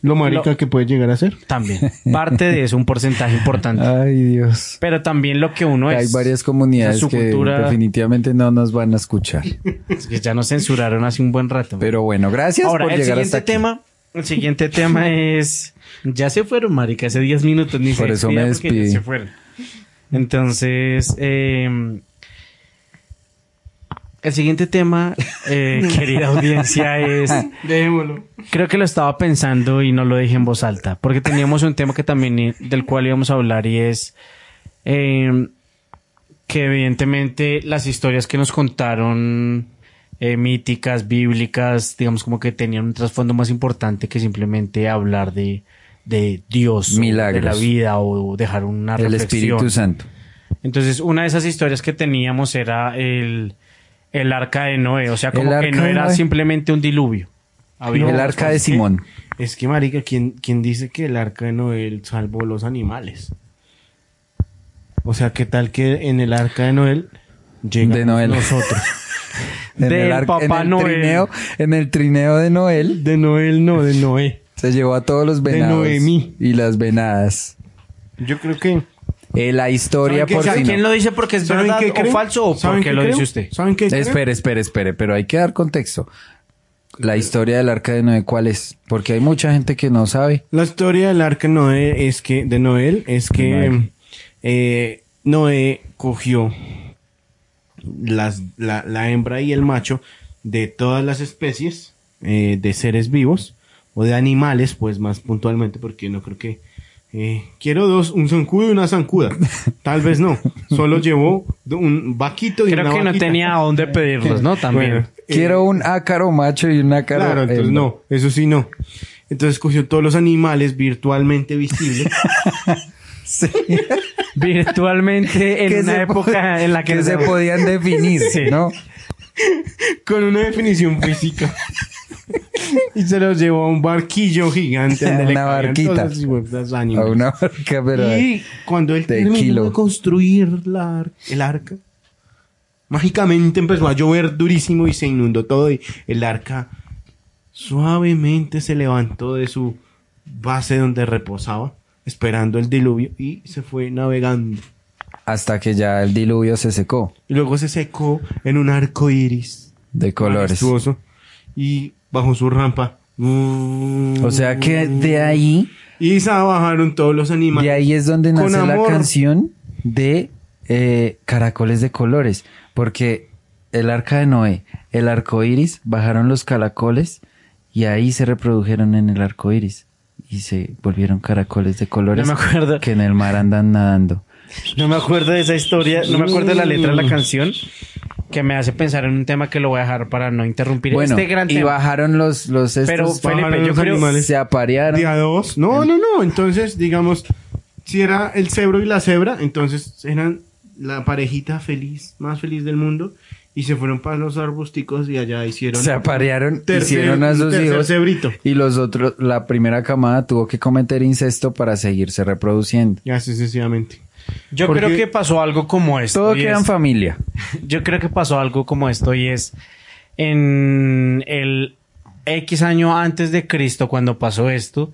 S2: Lo marica que puede llegar a ser.
S4: también. Parte de eso, un porcentaje
S2: Ah,
S4: importante.
S3: Ay, Dios.
S4: Pero también lo que uno
S3: Hay
S4: es.
S3: varias comunidades
S4: O sea, su
S3: que
S4: cultura-
S3: definitivamente no nos van a escuchar.
S4: Es que ya nos censuraron hace un buen rato.
S3: Pero bueno, gracias
S4: Ahora,
S3: por
S4: el
S3: llegar hasta
S4: siguiente
S3: aquí.
S4: tema. El siguiente tema es. Ya se fueron, marica, hace 10 minutos. Ni
S3: Por
S4: se
S3: eso me
S4: despida porque ya
S3: despidí.
S4: se fueron. Entonces. eh, el siguiente tema, eh, querida audiencia, es.
S2: Dejémoslo.
S4: Creo que lo estaba pensando y no lo dije en voz alta. Porque teníamos un tema que también. i- del cual íbamos a hablar y es. eh, que evidentemente las historias que nos contaron eh, míticas, bíblicas, digamos como que tenían un trasfondo más importante que simplemente hablar de, de Dios, o
S3: Milagros.
S4: de la vida o dejar una
S3: El
S4: reflexión.
S3: Espíritu Santo.
S4: Entonces, una de esas historias que teníamos era el, el arca de Noé, o sea,
S3: El
S4: como que
S3: arca
S4: no
S3: de
S4: era
S3: Noé.
S4: simplemente un diluvio. Había-
S3: el arca de
S2: es que-
S3: Simón.
S2: Es que, marica, ¿quién, quién dice que el arca de Noel salvó los animales? O sea, ¿qué tal que en el arca de Noel llegamos
S3: De Noel.
S2: nosotros?
S3: En
S4: Del
S3: el, arca- en
S4: Papá
S3: el
S4: Noel.
S3: trineo, en el trineo de Noel
S2: De Noel, no, de Noé.
S3: se llevó a todos los venados
S2: Noemí.
S3: y las venadas.
S2: Yo creo que...
S3: Eh, la historia
S2: ¿Saben qué-
S3: por
S2: saben
S3: si
S4: ¿Sabe
S3: no-
S4: quién lo dice porque es
S2: ¿Saben
S4: verdad
S2: qué
S4: o
S2: creen?
S4: falso o
S2: ¿Saben
S4: porque
S2: qué
S4: lo
S2: creen?
S4: dice usted?
S2: ¿Saben qué? creen?
S3: Espere, espere, espere, pero hay que dar contexto. La historia del arca de Noé, ¿cuál es? Porque hay mucha gente que no sabe.
S2: La historia del arca Noé es que, de Noel es que
S3: Noel.
S2: eh, Noé cogió las- la, la hembra y el macho de todas las especies eh, de seres vivos o de animales, pues más puntualmente, porque no creo que. eh, quiero dos, un zancudo y una zancuda. Tal vez no. Solo llevó de un vaquito y
S4: Creo
S2: una
S4: que no
S2: vaquita.
S4: tenía a dónde pedirlos, ¿no? También.
S2: Bueno, eh,
S3: Quiero un ácaro macho y un ácaro.
S2: Claro, entonces
S3: hembra.
S2: no, eso sí no. Entonces cogió todos los animales virtualmente visibles.
S4: Virtualmente en
S3: Que
S4: una
S3: se po-
S4: época en la que,
S3: que
S4: no
S3: se podían definir,
S4: Sí.
S3: ¿no?
S2: con una definición física. y se los llevó a un barquillo gigante.
S3: A
S2: donde le
S3: una
S2: cabían
S3: barquita.
S2: todas sus huevas
S3: A
S2: ánimas.
S3: una barca, pero...
S2: pues, y cuando él
S3: de
S2: terminó
S3: kilo.
S2: de construir la ar- el arca, mágicamente empezó a llover durísimo y se inundó todo y el arca suavemente se levantó de su base donde reposaba, esperando el diluvio y se fue navegando.
S3: Hasta que ya el diluvio se secó
S2: Y luego se secó en un arco iris
S4: Ah,
S3: de colores.
S2: majestuoso y bajo su rampa.
S3: O sea que de
S4: Mm.
S3: ahí,
S2: y se bajaron todos los animales.
S3: de ahí es donde
S2: Con
S3: nace la
S2: amor.
S3: canción de eh, Caracoles de Colores. Porque el arca de Noé, el arco iris, bajaron los caracoles y ahí se reprodujeron en el arco iris. Y se volvieron caracoles de colores
S4: No me acuerdo.
S3: que en el mar andan nadando.
S4: No me acuerdo de esa historia, no me acuerdo de la letra
S2: Mm.
S4: de la canción, que me hace pensar en un tema que lo voy a dejar para no interrumpir
S3: Bueno,
S4: este gran
S3: y
S4: tema.
S3: bajaron los, los
S4: Pero,
S3: estos,
S4: Felipe,
S2: bajaron
S4: yo
S2: los
S4: creo-
S2: animales.
S3: se aparearon.
S2: ¿De a dos? No, no, no. Entonces, digamos, si era el cebro y la cebra, entonces eran la parejita feliz, más feliz del mundo. Y se fueron para los arbusticos y allá hicieron.
S3: se aparearon,
S2: Tercer-
S3: hicieron a sus
S2: tercer
S3: hijos.
S2: cebrito.
S3: Y los otros, la primera camada tuvo que cometer incesto para seguirse reproduciendo.
S2: Y así sucesivamente.
S4: Yo
S2: Porque-
S4: creo que pasó algo como esto.
S3: Todo
S4: y
S3: queda en
S4: es-
S3: familia.
S4: Yo creo que pasó algo como esto y es en el X año antes de Cristo cuando pasó esto.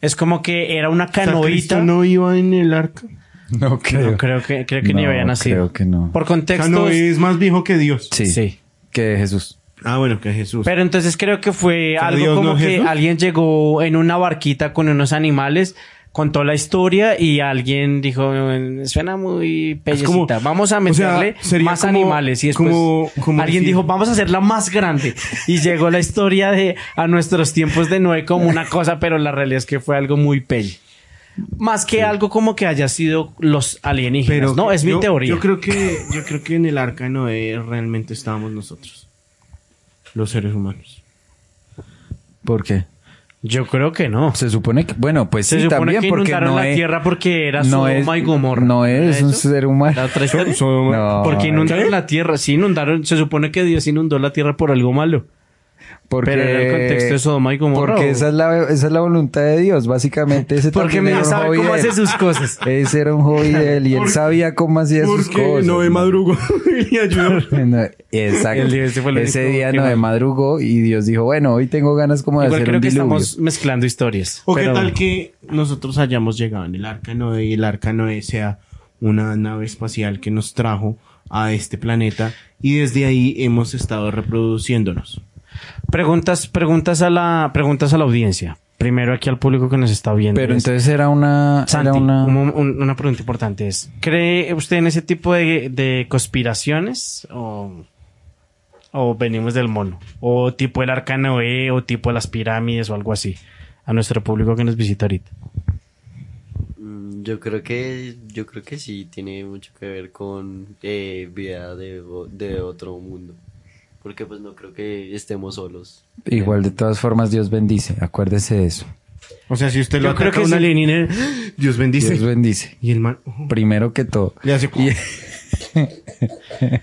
S4: Es como que era una
S2: O sea,
S4: canoita.
S2: Cristo no iba en el arca.
S3: No
S4: No, creo que, creo que ni
S3: No,
S4: habían nacido.
S3: creo que no.
S4: Por
S2: O sea,
S4: contexto.
S2: no es más viejo que Dios.
S3: Sí.
S4: Sí.
S3: Que Jesús.
S2: Ah, bueno, que Jesús.
S4: Pero entonces creo que fue
S2: ¿Pero
S4: algo
S2: Dios
S4: como
S2: no es
S4: que
S2: Jesús?
S4: alguien llegó en una barquita con unos animales, contó la historia y alguien dijo, suena muy
S2: Es
S4: pellecita,
S2: como-
S4: vamos a
S2: o sea,
S4: meterle
S2: sería
S4: más
S2: como-
S4: animales. Y después
S2: como- como
S4: alguien
S2: decir-
S4: dijo, vamos a hacerla más grande. Y llegó la historia de a nuestros tiempos de Noé como una cosa, pero la realidad es que fue algo muy pelle. Más que algo como que haya sido los alienígenas. no, es mi
S2: yo-
S4: teoría.
S2: Yo creo que, yo creo que en el arca de Noé realmente estábamos nosotros, los seres humanos.
S3: ¿Por qué?
S4: Yo creo que no.
S3: Se supone que. Bueno, pues
S4: Se
S3: sí,
S4: supone
S3: también
S4: que
S3: porque
S4: inundaron
S3: no
S4: la
S3: es-
S4: tierra porque era
S3: no
S4: Sodoma
S3: es,
S4: y Gomorra.
S3: No es
S4: ¿Era
S3: un
S4: eso?
S3: ser humano.
S4: La otra historia.
S3: No.
S4: Porque inundaron la tierra. Sí, inundaron. Se supone que Dios inundó la tierra por algo malo.
S3: Porque,
S4: Pero era el contexto de Sodoma y Gomorra.
S3: Porque
S4: ¿o?
S3: esa es, la, esa es la voluntad de Dios, básicamente. Ese
S4: Porque
S3: también
S4: me
S3: era un
S4: sabe
S3: hobby
S4: cómo
S3: de
S4: hace
S3: él.
S4: sus cosas.
S3: Ese era un hobby de él y él
S2: Porque-
S3: sabía cómo hacía sus
S2: Porque
S3: cosas.
S2: Noé
S3: ¿no?
S2: madrugó y ayudó.
S3: No, exacto.
S4: El día- ese fue el
S3: Ese
S4: único
S3: día
S4: que
S3: no
S4: no.
S3: de madrugó y Dios dijo, bueno, hoy tengo ganas como de
S4: Igual
S3: hacer
S4: creo
S3: un
S4: que
S3: diluvio.
S4: estamos mezclando historias.
S2: O qué
S4: Pero
S2: tal
S4: bueno.
S2: que nosotros hayamos llegado en el Arca de Noé y el Arca de Noé sea una nave espacial que nos trajo a este planeta y desde ahí hemos estado reproduciéndonos.
S4: Preguntas, preguntas, a la, preguntas a la audiencia. Primero aquí al público que nos está viendo.
S3: Pero
S4: Es-
S3: entonces era una...
S4: Santi,
S3: era una...
S4: un- un- una pregunta importante es, ¿cree usted en ese tipo de, de conspiraciones o, o venimos del mono? O tipo el Arca de Noé o tipo las pirámides o algo así a nuestro público que nos visita ahorita.
S6: Mm, Yo creo que yo creo que sí tiene mucho que ver con eh, vida de, o- de otro mundo. Porque pues no creo que estemos solos.
S3: Igual de todas formas Dios bendice, acuérdese de eso.
S2: O sea, si usted lo
S4: Yo creo
S2: ataca
S4: que
S2: a un
S4: sí.
S2: alienígena, Dios bendice.
S3: Dios bendice.
S2: y el man oh,
S3: Primero que todo.
S2: le hace
S3: Y, y
S4: Yo
S3: el
S4: creo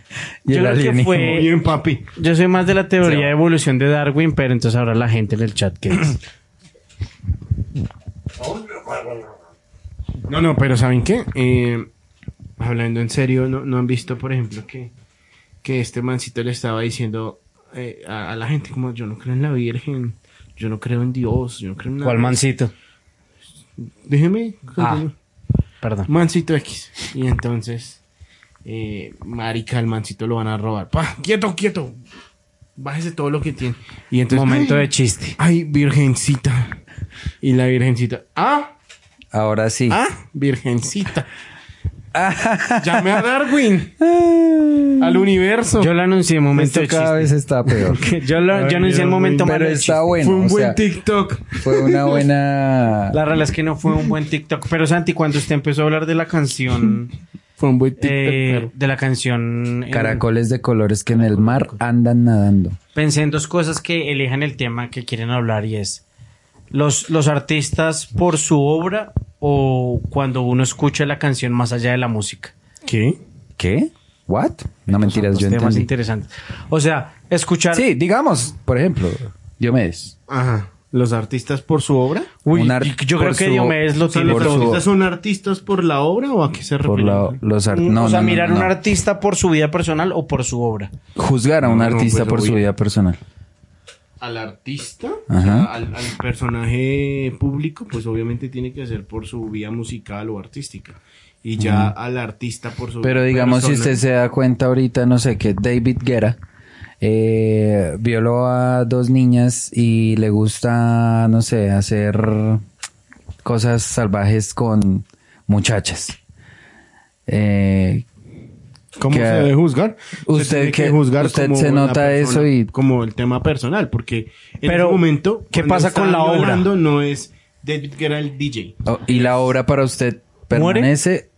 S4: que
S3: alienígena.
S4: fue-
S2: bien papi.
S4: Yo soy más de la teoría de evolución de Darwin, pero entonces ahora la gente en el chat que
S2: No, no, pero ¿saben qué? Eh, hablando en serio, ¿no, no han visto, por ejemplo, que, que este mancito le estaba diciendo eh, a, a la gente como yo no creo en la Virgen, yo no creo en Dios, yo no creo en nada.
S4: ¿Cuál mancito?
S2: Déjeme.
S4: Ah.
S2: continúo.
S4: Perdón.
S2: Mancito X. Y entonces, eh, marica, al mancito lo van a robar. Pa, quieto, quieto. Bájese todo lo que tiene. Y entonces,
S4: Momento
S2: ay,
S4: de chiste.
S2: Ay, virgencita. Y la virgencita. Ah,
S3: Ahora sí.
S2: ah, virgencita. Llame a Darwin.
S3: Mm.
S2: al universo.
S4: Yo lo anuncié en
S3: Esto
S4: momento de
S3: cada
S4: Este chiste.
S3: vez está peor.
S4: Yo, lo, yo anuncié el momento malo
S3: Pero
S4: del chiste.
S3: está bueno.
S2: Fue un
S3: o
S2: buen
S3: sea,
S2: TikTok.
S3: Fue una buena...
S4: La realidad es que no fue un buen TikTok. Pero Santi, cuando usted empezó a hablar de la canción,
S2: Fue un buen TikTok.
S4: eh,
S2: pero-
S4: de la canción en-
S3: Caracoles de colores que en el mar andan nadando.
S4: pensé en dos cosas que elijan el tema que quieren hablar y es los, los artistas por su obra o cuando uno escucha la canción más allá de la música.
S2: ¿Qué?
S3: ¿Qué? ¿What? No mentiras, yo
S4: Los temas
S3: entendí.
S4: interesantes. O sea, escuchar.
S3: Sí, digamos, por ejemplo, Diomedes.
S2: Ajá. Los artistas por su obra.
S4: Uy,
S3: un art-
S4: y- yo
S3: por
S4: creo que
S3: su-
S4: Diomedes lo
S3: Sí,
S4: tiene
S3: por
S2: ¿Los
S3: su-
S4: todo.
S2: artistas son artistas por la obra o a qué se
S3: Por
S2: refieren?
S3: la- los art- no,
S4: o sea,
S3: no, no,
S4: mirar
S3: no,
S4: a un
S3: no.
S4: artista por su vida personal o por su obra.
S3: Juzgar a un
S2: No, no,
S3: artista
S2: pues,
S3: por su
S2: obvio.
S3: vida personal.
S2: Al artista,
S3: Ajá.
S2: o sea, al, al personaje público, pues obviamente tiene que ser por su vía musical o artística. Y ya al artista por su
S3: Mm. Pero digamos, si
S2: persona.
S3: usted se da cuenta ahorita, no sé, que David Guerra eh, violó a dos niñas y le gusta, no sé, hacer cosas salvajes con muchachas. Eh,
S2: ¿Cómo
S3: que-
S2: se debe juzgar?
S3: Usted
S2: tiene
S3: que- usted
S2: la
S3: se nota eso y-
S2: Como el tema personal, porque en
S4: Pero,
S2: ese momento...
S4: ¿qué
S2: cuando
S4: pasa con
S2: está
S4: la obra?
S2: violando, No es David Guerra el DJ.
S3: oh, y la obra para usted
S4: ¿Muere?
S3: permanece.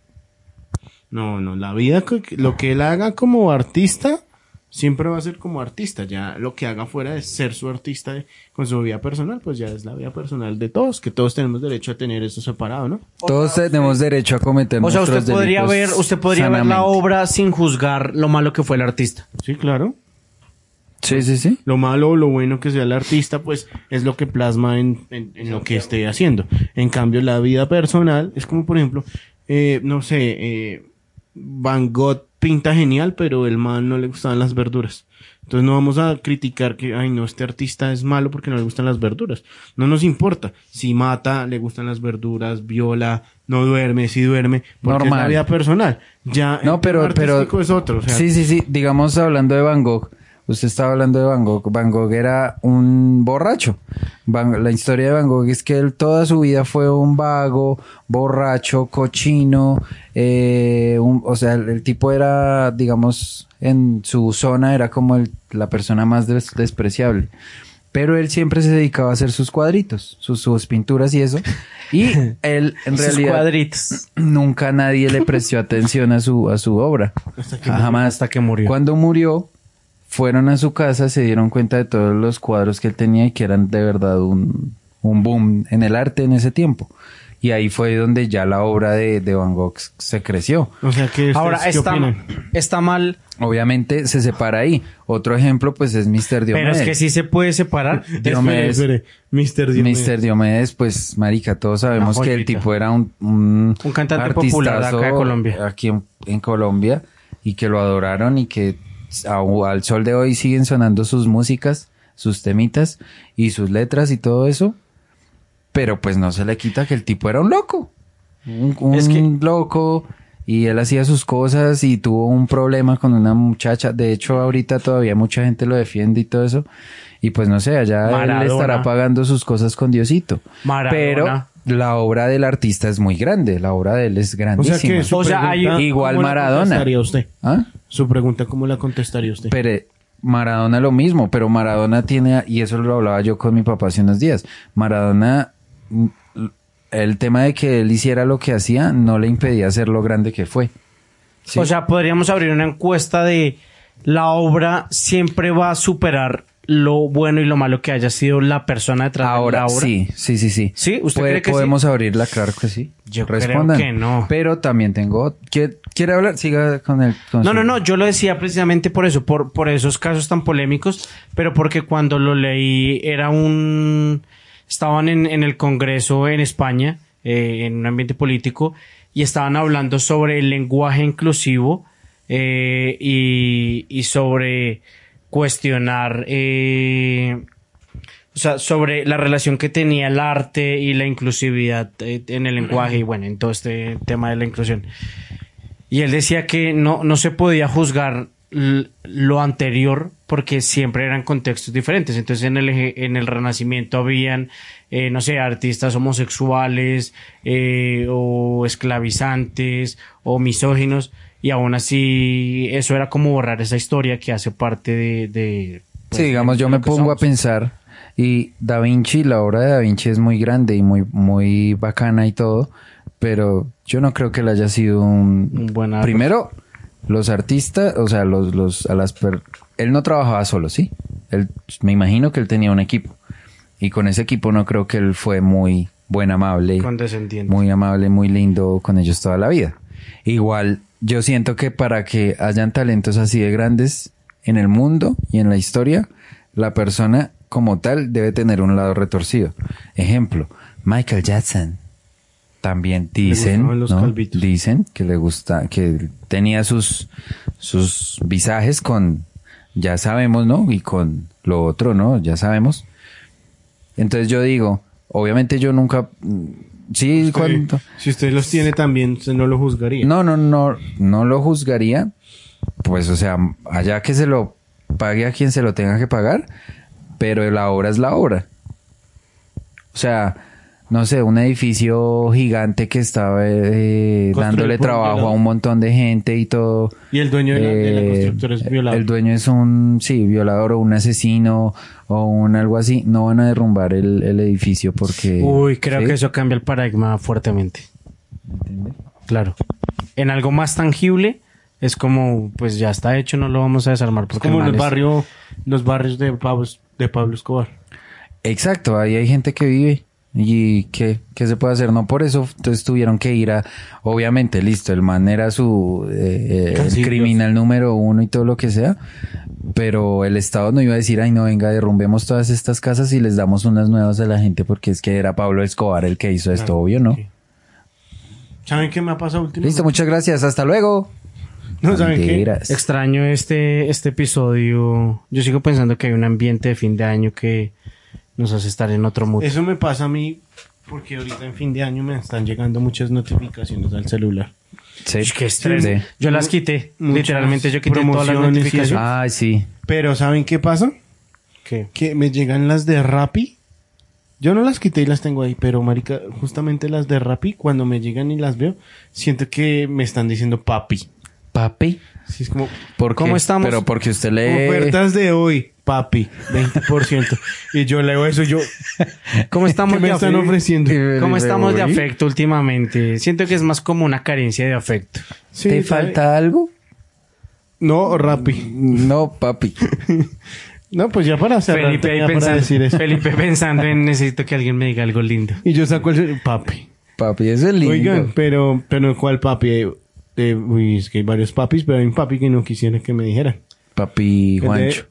S2: No, no, la vida, co- lo que él haga como artista, siempre va a ser como artista. Ya lo que haga fuera de ser su artista eh, con su vida personal, pues ya es la vida personal de todos, que todos tenemos derecho a tener eso separado, ¿no?
S3: Todos tenemos derecho a cometer
S4: O sea, usted
S3: nuestros
S4: podría ver,
S3: delitos
S4: usted podría ver la
S3: sanamente.
S4: obra sin juzgar lo malo que fue el artista.
S2: Sí, claro.
S3: Sí, sí, sí.
S2: Lo malo o lo bueno que sea el artista, pues es lo que plasma en, en- en lo que esté haciendo. En cambio, la vida personal es como, por ejemplo, eh, no sé, eh, Van Gogh pinta genial, pero el man no le gustaban las verduras. Entonces no vamos a criticar que, ay, no, este artista es malo porque no le gustan las verduras. No nos importa. Si mata, le gustan las verduras, viola, no duerme, si duerme, porque es la
S3: Normal.
S2: vida personal. Ya el
S3: No, pero,
S2: tema
S3: pero.
S2: artístico es otro. o sea,
S3: sí, sí, sí. Digamos, hablando de Van Gogh. Usted estaba hablando de Van Gogh. Van Gogh era un borracho. Van- la historia de Van Gogh es que él toda su vida fue un vago, borracho, cochino. eh, un- o sea, el, el tipo era, digamos, en su zona era como el- la persona más des- despreciable. Pero él siempre se dedicaba a hacer sus cuadritos, sus, sus pinturas y eso. Y él, en
S4: Sus
S3: realidad,
S4: cuadritos.
S3: nunca nadie le prestó atención a su, a su obra. Jamás.
S4: Hasta que murió.
S3: Cuando murió, fueron a su casa, se dieron cuenta de todos los cuadros que él tenía y que eran de verdad un, un boom en el arte en ese tiempo. Y ahí fue donde ya la obra de, de Van Gogh se creció.
S2: O sea, que
S4: Ahora está, está mal,
S3: Obviamente se separa ahí. Otro ejemplo, pues es Mr. Diomedes.
S4: pero es que sí se puede separar.
S3: Diomedes.
S2: Mister
S3: Mr. Diomedes, pues, marica, todos sabemos
S4: Una
S3: que el
S4: joyita.
S3: tipo era un, un,
S4: Un cantante popular de acá de
S3: artistazo
S4: Colombia.
S3: Aquí en, en Colombia y que lo adoraron y que a- al sol de hoy siguen sonando sus músicas, sus temitas y sus letras y todo eso. Pero pues no se le quita que el tipo era un loco. Un, un
S4: Es que-
S3: loco y él hacía sus cosas y tuvo un problema con una muchacha. De hecho, ahorita todavía mucha gente lo defiende y todo eso. Y pues no sé, allá
S4: Maradona.
S3: él estará pagando sus cosas con Diosito.
S4: Maradona.
S3: Pero la obra del artista es muy grande, la obra de él es
S2: O
S3: grandísima.
S2: sea, que su
S4: O sea,
S2: pregunta,
S3: hay- igual
S2: ¿cómo la
S3: Maradona.
S2: contestaría usted?
S3: ¿Ah?
S2: Su pregunta, ¿cómo la contestaría usted?
S3: Pero Maradona lo mismo, pero Maradona tiene, y eso lo hablaba yo con mi papá hace unos días, Maradona, mm, el tema de que él hiciera lo que hacía no le impedía ser lo grande que fue. Sí.
S4: O sea, podríamos abrir una encuesta de la obra siempre va a superar lo bueno y lo malo que haya sido la persona detrás de
S3: Ahora
S4: la obra.
S3: sí, sí, sí, sí.
S4: ¿Sí? ¿Usted
S3: Puede-
S4: cree que sí?
S3: podemos abrirla, claro que sí.
S4: Yo creo que no.
S3: Pero también tengo. ¿Quiere, quiere hablar? Siga con el. con
S4: No,
S3: su-
S4: no, no, yo lo decía precisamente por eso, por, por esos casos tan polémicos, pero porque cuando lo leí era un... Estaban en, en el Congreso en España, eh, en un ambiente político, y estaban hablando sobre el lenguaje inclusivo eh, y, y sobre cuestionar... eh, o sea, sobre la relación que tenía el arte y la inclusividad eh, en el lenguaje y bueno, en todo este tema de la inclusión. Y él decía que no, no se podía juzgar l- lo anterior porque siempre eran contextos diferentes. Entonces en el, eje- en el Renacimiento habían, eh, no sé, artistas homosexuales eh, o esclavizantes o misóginos y aún así eso era como borrar esa historia que hace parte de... de, pues,
S3: Sí, digamos,
S4: de
S3: yo me
S4: lo que
S3: pongo a
S4: somos.
S3: pensar. Y Da Vinci, la obra de Da Vinci es muy grande y muy, muy bacana y todo. Pero yo no creo que él haya sido un.
S4: Un buen artista.
S3: Primero, los artistas, o sea, los, los, a las. per- Él no trabajaba solo, sí. Él, me imagino que él tenía un equipo. Y con ese equipo no creo que él fue muy buen, amable.
S4: Condescendiente.
S3: muy amable, muy lindo con ellos toda la vida. Igual yo siento que para que hayan talentos así de grandes en el mundo y en la historia, la persona como tal debe tener un lado retorcido. Ejemplo, Michael Jackson. También dicen,
S2: gustaban los
S3: ¿no?
S2: calvitos.
S3: dicen que le gusta, que tenía sus, sus visajes con, ya sabemos, ¿no? Y con lo otro, ¿no? Ya sabemos. Entonces yo digo, obviamente yo nunca, mm, sí, cuando,
S2: Si usted los tiene también, usted no lo juzgaría.
S3: no, no, no, no lo juzgaría. Pues, o sea, allá que se lo pague a quien se lo tenga que pagar, pero la obra es la obra. O sea, no sé, un edificio gigante que estaba eh,
S2: Construido
S3: dándole
S2: por un
S3: trabajo a
S2: violador.
S3: un montón de gente y todo.
S2: Y el dueño de la, de la
S3: Eh,
S2: constructora es violado.
S3: El dueño es un, sí, violador o un asesino o un algo así. No van a derrumbar el, el edificio porque...
S4: Uy, creo
S3: ¿sí?
S4: que eso cambia el paradigma fuertemente. Claro. En algo más tangible es como, pues ya está hecho, no lo vamos a desarmar porque
S2: como
S4: el
S2: los
S4: man es-
S2: barrios, los barrios de Pablo, de Pablo Escobar.
S3: Exacto, ahí hay gente que vive. ¿Y qué, qué se puede hacer? No por eso, entonces tuvieron que ir a... Obviamente, listo, el man era su eh, eh, el
S2: Casi Dios.
S3: criminal número uno y todo lo que sea, pero el Estado no iba a decir, ay, no, venga, derrumbemos todas estas casas y les damos unas nuevas a la gente porque es que era Pablo Escobar el que hizo esto,
S2: Claro,
S3: obvio, ¿no?
S2: ok. ¿Saben qué me ha pasado últimamente?
S3: Listo, muchas gracias, hasta luego.
S2: No, ¿saben qué?
S3: Mentiras.
S4: Extraño este, este episodio. Yo sigo pensando que hay un ambiente de fin de año que nos hace estar en otro mood.
S2: Eso me pasa a mí porque ahorita en fin de año me están llegando muchas notificaciones al celular.
S3: Sí.
S4: Uy, qué estrés.
S3: Sí.
S4: Yo las quité.
S2: Muchas
S4: Literalmente yo quité todas las
S2: promociones y eso. Ah.
S4: notificaciones.
S3: Ay, sí.
S2: Pero ¿saben qué pasa?
S4: ¿Qué?
S2: Que me llegan las de Rappi. Yo no las quité y las tengo ahí, pero marica, justamente las de Rappi, cuando me llegan y las veo, siento que me están diciendo papi.
S3: Papi,
S2: Sí, es como
S3: ¿por qué?
S4: ¿Cómo estamos?
S3: Pero porque usted le...
S2: ofertas de hoy, papi, 20%. y yo leo eso, y yo
S4: ¿Cómo estamos
S2: ¿Qué me
S4: de
S2: están
S4: afecto?
S2: ofreciendo?
S4: ¿Cómo estamos de
S3: Uy.
S4: afecto últimamente? Siento que es más como una carencia de afecto.
S2: sí, ¿sabe?
S3: ¿Te falta algo?
S2: No, Rappi.
S3: No, papi.
S2: No, pues ya para cerrar
S4: Felipe ahí
S2: tenía para
S4: pensando,
S2: decir eso.
S4: Felipe pensando en necesito que alguien me diga algo lindo.
S2: Y yo saco el cel- papi.
S3: Papi, eso es lindo.
S2: Oigan, pero, pero ¿cuál papi? Eh, uy, es que hay varios papis, pero hay un papi que no quisiera que me dijeran.
S3: Papi
S2: El de-
S3: Juancho.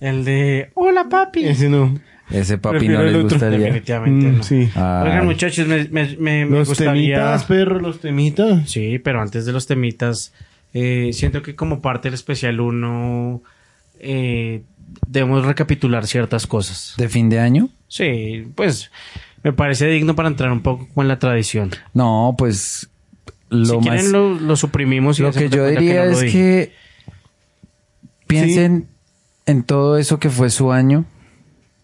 S4: El de hola papi.
S2: Ese no.
S3: Ese papi
S2: Prefiero
S3: no
S2: el
S3: les
S2: otro.
S3: gustaría.
S4: Definitivamente
S2: Mm,
S4: no.
S2: sí.
S3: Ay.
S4: Oigan muchachos, me, me- me- me
S2: Los
S4: gustaría...
S2: temitas, perro, los temitas.
S4: Sí, pero antes de los temitas, eh, siento que como parte del especial 1 eh, debemos recapitular ciertas cosas.
S3: ¿De fin de año?
S4: Sí, pues me parece digno para entrar un poco con la tradición.
S3: No, pues
S4: si
S3: lo más.
S4: quieren lo, lo suprimimos. y
S3: lo que
S4: hacemos de
S3: yo
S4: cuenta
S3: diría
S4: no lo
S3: es
S4: dije.
S3: que piensen en todo eso que fue su año,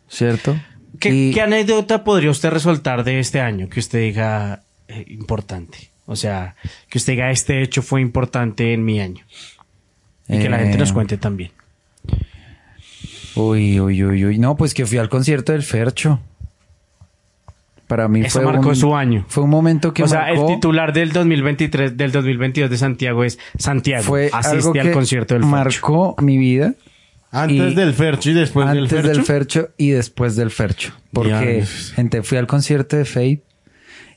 S3: ¿cierto?
S4: ¿Qué,
S3: Y-
S4: qué anécdota podría usted resaltar de este año que usted diga eh, importante? O sea, que usted diga este hecho fue importante en mi año. Y que la gente
S3: Eh,
S4: nos cuente también.
S3: Uy, uy, uy, uy. No, pues que fui al concierto del Fercho. Para mí
S4: Eso
S3: fue
S4: marcó
S3: un,
S4: su año.
S3: Fue un momento que
S4: o sea,
S3: marcó-
S4: el titular del 2023, del 2022 de Santiago es Santiago.
S3: fue
S4: asiste
S3: algo
S4: al
S3: que
S4: concierto del Fercho.
S3: marcó mi vida.
S2: Antes
S3: Y-
S2: del Fercho y después del
S3: antes
S2: Fercho.
S3: del Fercho y después del Fercho. Porque,
S2: Diablos.
S3: gente, fui al concierto de Fade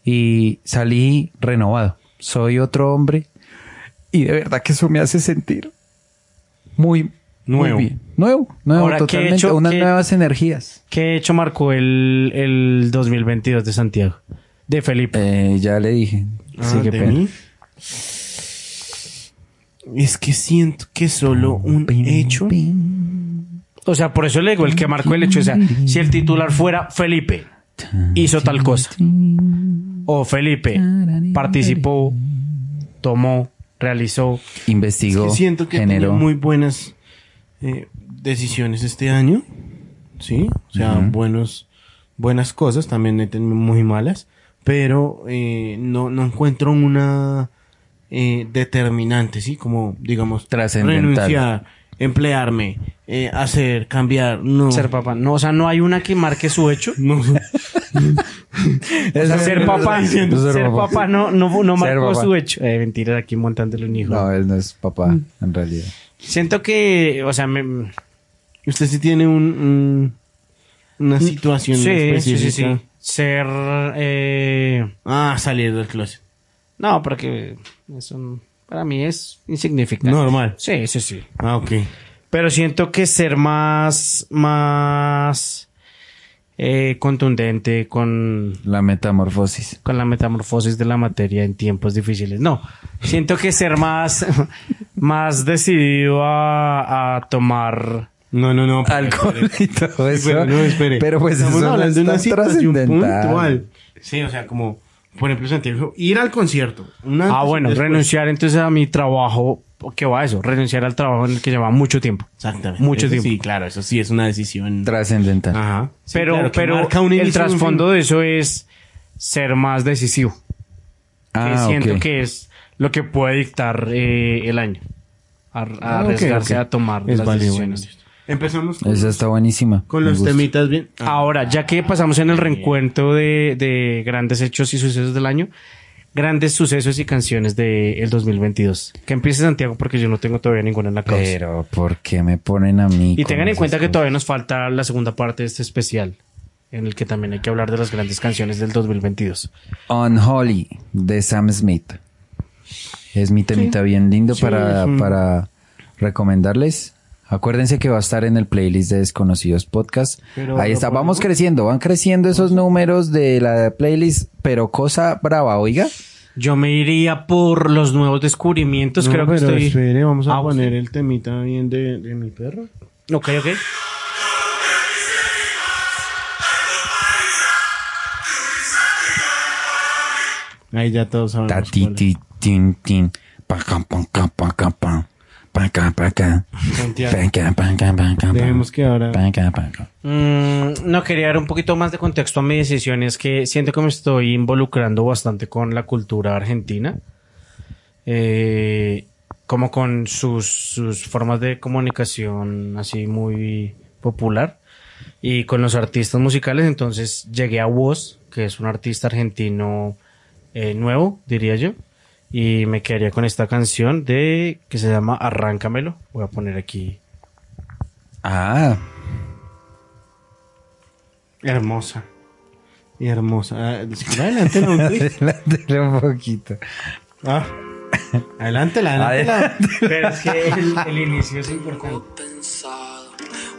S3: y salí renovado. Soy otro hombre. Y de verdad que eso me hace sentir muy
S2: Nuevo.
S3: muy bien. Nuevo, nuevo,
S4: Ahora, ¿qué
S3: totalmente.
S4: hecho-
S3: Unas
S4: qué-
S3: nuevas energías.
S4: ¿Qué hecho marcó el, el 2022 de Santiago? De Felipe.
S3: Eh, ya le dije.
S2: Ah,
S3: Sí, qué
S2: ¿de
S3: pena.
S2: mí? Es que siento que solo un hecho.
S4: O sea, por eso le digo, el que marcó el hecho. O sea, si el titular fuera Felipe, hizo tal cosa. O Felipe participó, tomó, realizó.
S3: Investigó,
S2: que siento que he
S3: generó.
S2: tenido muy buenas eh, decisiones este año. Sí, o sea, buenos, buenas cosas, también he tenido muy malas, pero eh, no, no encuentro una eh, determinante, sí, como digamos,
S3: Trascendental.
S2: renunciar, emplearme, eh, hacer, cambiar, no.
S4: Ser papá. No, o sea, no hay una que marque su hecho.
S2: no sé.
S4: O sea, ser papá. Ser, papá, no, no, no
S3: Ser
S4: marcó
S3: papá.
S4: su hecho. Eh, mentira, aquí montándole un hijo.
S3: No, él no es papá, en realidad.
S4: Siento que, o sea, me,
S2: Usted sí tiene un, un- una situación
S4: sí, sí,
S2: específica.
S4: sí, sí. Ser, eh,
S2: Ah, salir del closet.
S4: no, porque eso, para mí es insignificante.
S2: Normal.
S4: Sí, sí, sí.
S2: Ah, ok.
S4: Pero siento que ser más, más eh, contundente con,
S3: La metamorfosis.
S4: con la metamorfosis de la materia en tiempos difíciles. No, siento que ser más, más decidido a, a tomar.
S2: No, no, no.
S3: Alcohol y todo eso.
S2: Pero no, espere.
S3: Pero pues
S2: Estamos
S3: eso no
S2: hablando de
S3: es
S2: una
S3: tan
S2: situación
S3: trascendental.
S2: puntual. Sí, o sea, como, por ejemplo, Santiago, ir al concierto. un antes
S4: Ah,
S2: y
S4: bueno,
S2: pues, después.
S4: renunciar entonces a mi trabajo. ¿Qué va eso? Renunciar al trabajo en el que llevaba mucho tiempo.
S2: Exactamente.
S4: Mucho
S2: Eso
S4: tiempo.
S2: Sí, claro, eso sí es una decisión.
S3: Trascendental.
S2: Ajá. Sí,
S4: pero
S2: claro, que marca
S4: pero
S2: un
S4: el
S2: inicio y un
S4: trasfondo
S2: fin.
S4: de eso es ser más decisivo. que
S3: Ah,
S4: siento
S3: ok.
S4: que es lo que puede dictar eh, el año. A, a
S2: Ah, ok,
S4: arriesgarse
S2: ok.
S4: a tomar
S2: Es
S4: las
S2: válido,
S4: decisiones.
S2: bueno. Empezamos con,
S3: Esa está buenísima.
S2: con
S3: Me
S2: los
S3: gusta.
S2: temitas bien. Ah,
S4: Ahora, ya que pasamos en el reencuentro de, de grandes hechos y sucesos del año, grandes sucesos y canciones del 2022. Que empiece Santiago porque yo no tengo todavía ninguna en la cabeza.
S3: Pero, ¿por qué me ponen a mí?
S4: Y tengan
S3: con
S4: en cuenta
S3: esas
S4: que todavía nos falta la segunda parte de este especial, en el que también hay que hablar de las grandes canciones del 2022.
S3: Unholy de Sam Smith. Es mi temita bien lindo para, para recomendarles. Acuérdense que va a estar en el playlist de Desconocidos Podcast. Ahí está, vamos creciendo, van creciendo esos números de la playlist, pero cosa brava, oiga.
S4: Yo me iría por los nuevos descubrimientos,
S2: no,
S4: creo que
S2: pero
S4: estoy...
S2: espere, vamos a
S4: Ah,
S2: poner el temita bien de, de mi perro.
S4: Ok, ok.
S2: Ahí ya todos sabemos.
S3: Ta, ti,
S2: cuál es.
S3: ti, tin, tin. Pa, cam, pam, cam, pa, cam, pam. Pa, cam, pa, cam. Pa, cam, pa, cam, pa, cam,
S2: Dejemos que ahora.
S3: pa, cam, pa, cam.
S4: Mm, no, quería dar un poquito más de contexto a mi decisión. Es que siento que me estoy involucrando bastante con la cultura argentina. Eh, como con sus, sus formas de comunicación así muy popular. Y con los artistas musicales. Entonces llegué a Woz, que es un artista argentino eh, nuevo, diría yo. Y me quedaría con esta canción de que se llama Arráncamelo. Voy a poner aquí.
S3: Ah,
S2: Hermosa. Y hermosa. Ah, Adelante, la Montes.
S3: adelántale un poquito.
S2: Ah. Adelante, la adelante.
S4: Pero es que el- el inicio es importante.
S7: pensado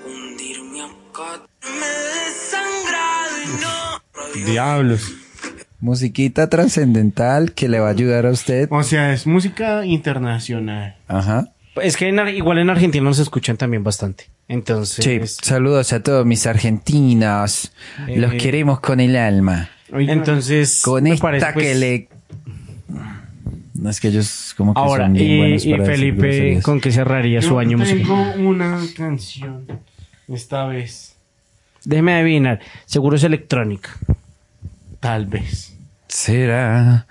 S7: hundirme acá. Me he desangrado y no.
S2: Diablos.
S3: Musiquita trascendental que le va a ayudar a usted.
S2: O sea, es música internacional.
S3: Ajá.
S4: Es que en Ar- igual en Argentina nos escuchan también bastante. Entonces,
S3: Sí, saludos a todos mis argentinos. Los
S4: Eh,
S3: queremos con el alma.
S2: Oiga,
S4: entonces
S3: Con
S4: me
S3: esta
S4: parece, pues,
S3: que le. No es que ellos como que
S4: Ahora,
S3: son bien
S4: y,
S3: buenos
S4: y
S3: para decir
S4: Felipe,
S3: groserías.
S4: ¿con qué cerraría su
S2: yo
S4: año
S2: tengo
S4: musical?
S2: una canción. Esta vez.
S4: Déjeme adivinar, seguro es electrónica.
S2: Tal vez.
S3: ¿Será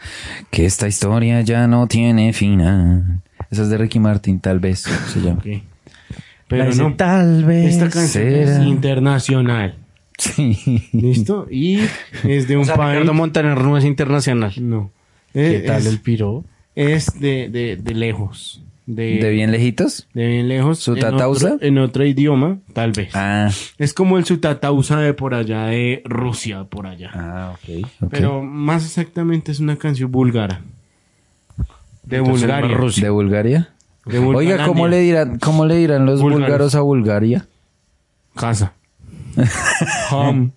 S3: que esta historia ya no tiene final? Esa es de Ricky Martin, tal vez se llama.
S2: Pero
S4: La dice,
S2: no.
S3: Tal vez.
S2: Esta canción es
S3: será".
S2: internacional.
S3: Sí.
S2: ¿Listo? Y es de un
S4: O sea,
S2: país.
S4: Ricardo Montaner no es internacional.
S2: No.
S4: ¿Qué
S2: Eh,
S4: tal
S2: es,
S4: el piro?
S2: es de, de, de lejos. De,
S3: ¿De bien lejitos?
S2: de bien lejos.
S3: ¿Su
S2: en otro-
S3: tatausa?
S2: En otro idioma, tal vez.
S3: Ah,
S2: Es como el sutatausa de por allá, de Rusia, por allá.
S3: ah, ok. ok.
S2: Pero más exactamente es una canción búlgara. De
S4: Entonces,
S2: Bulgaria.
S4: Rusia.
S3: ¿De Bulgaria?
S2: De
S3: Oiga, ¿cómo
S2: Bulgalandia.
S3: le dirán, cómo le dirán los
S2: Búlgaros.
S3: búlgaros a Bulgaria?
S2: Casa. Home.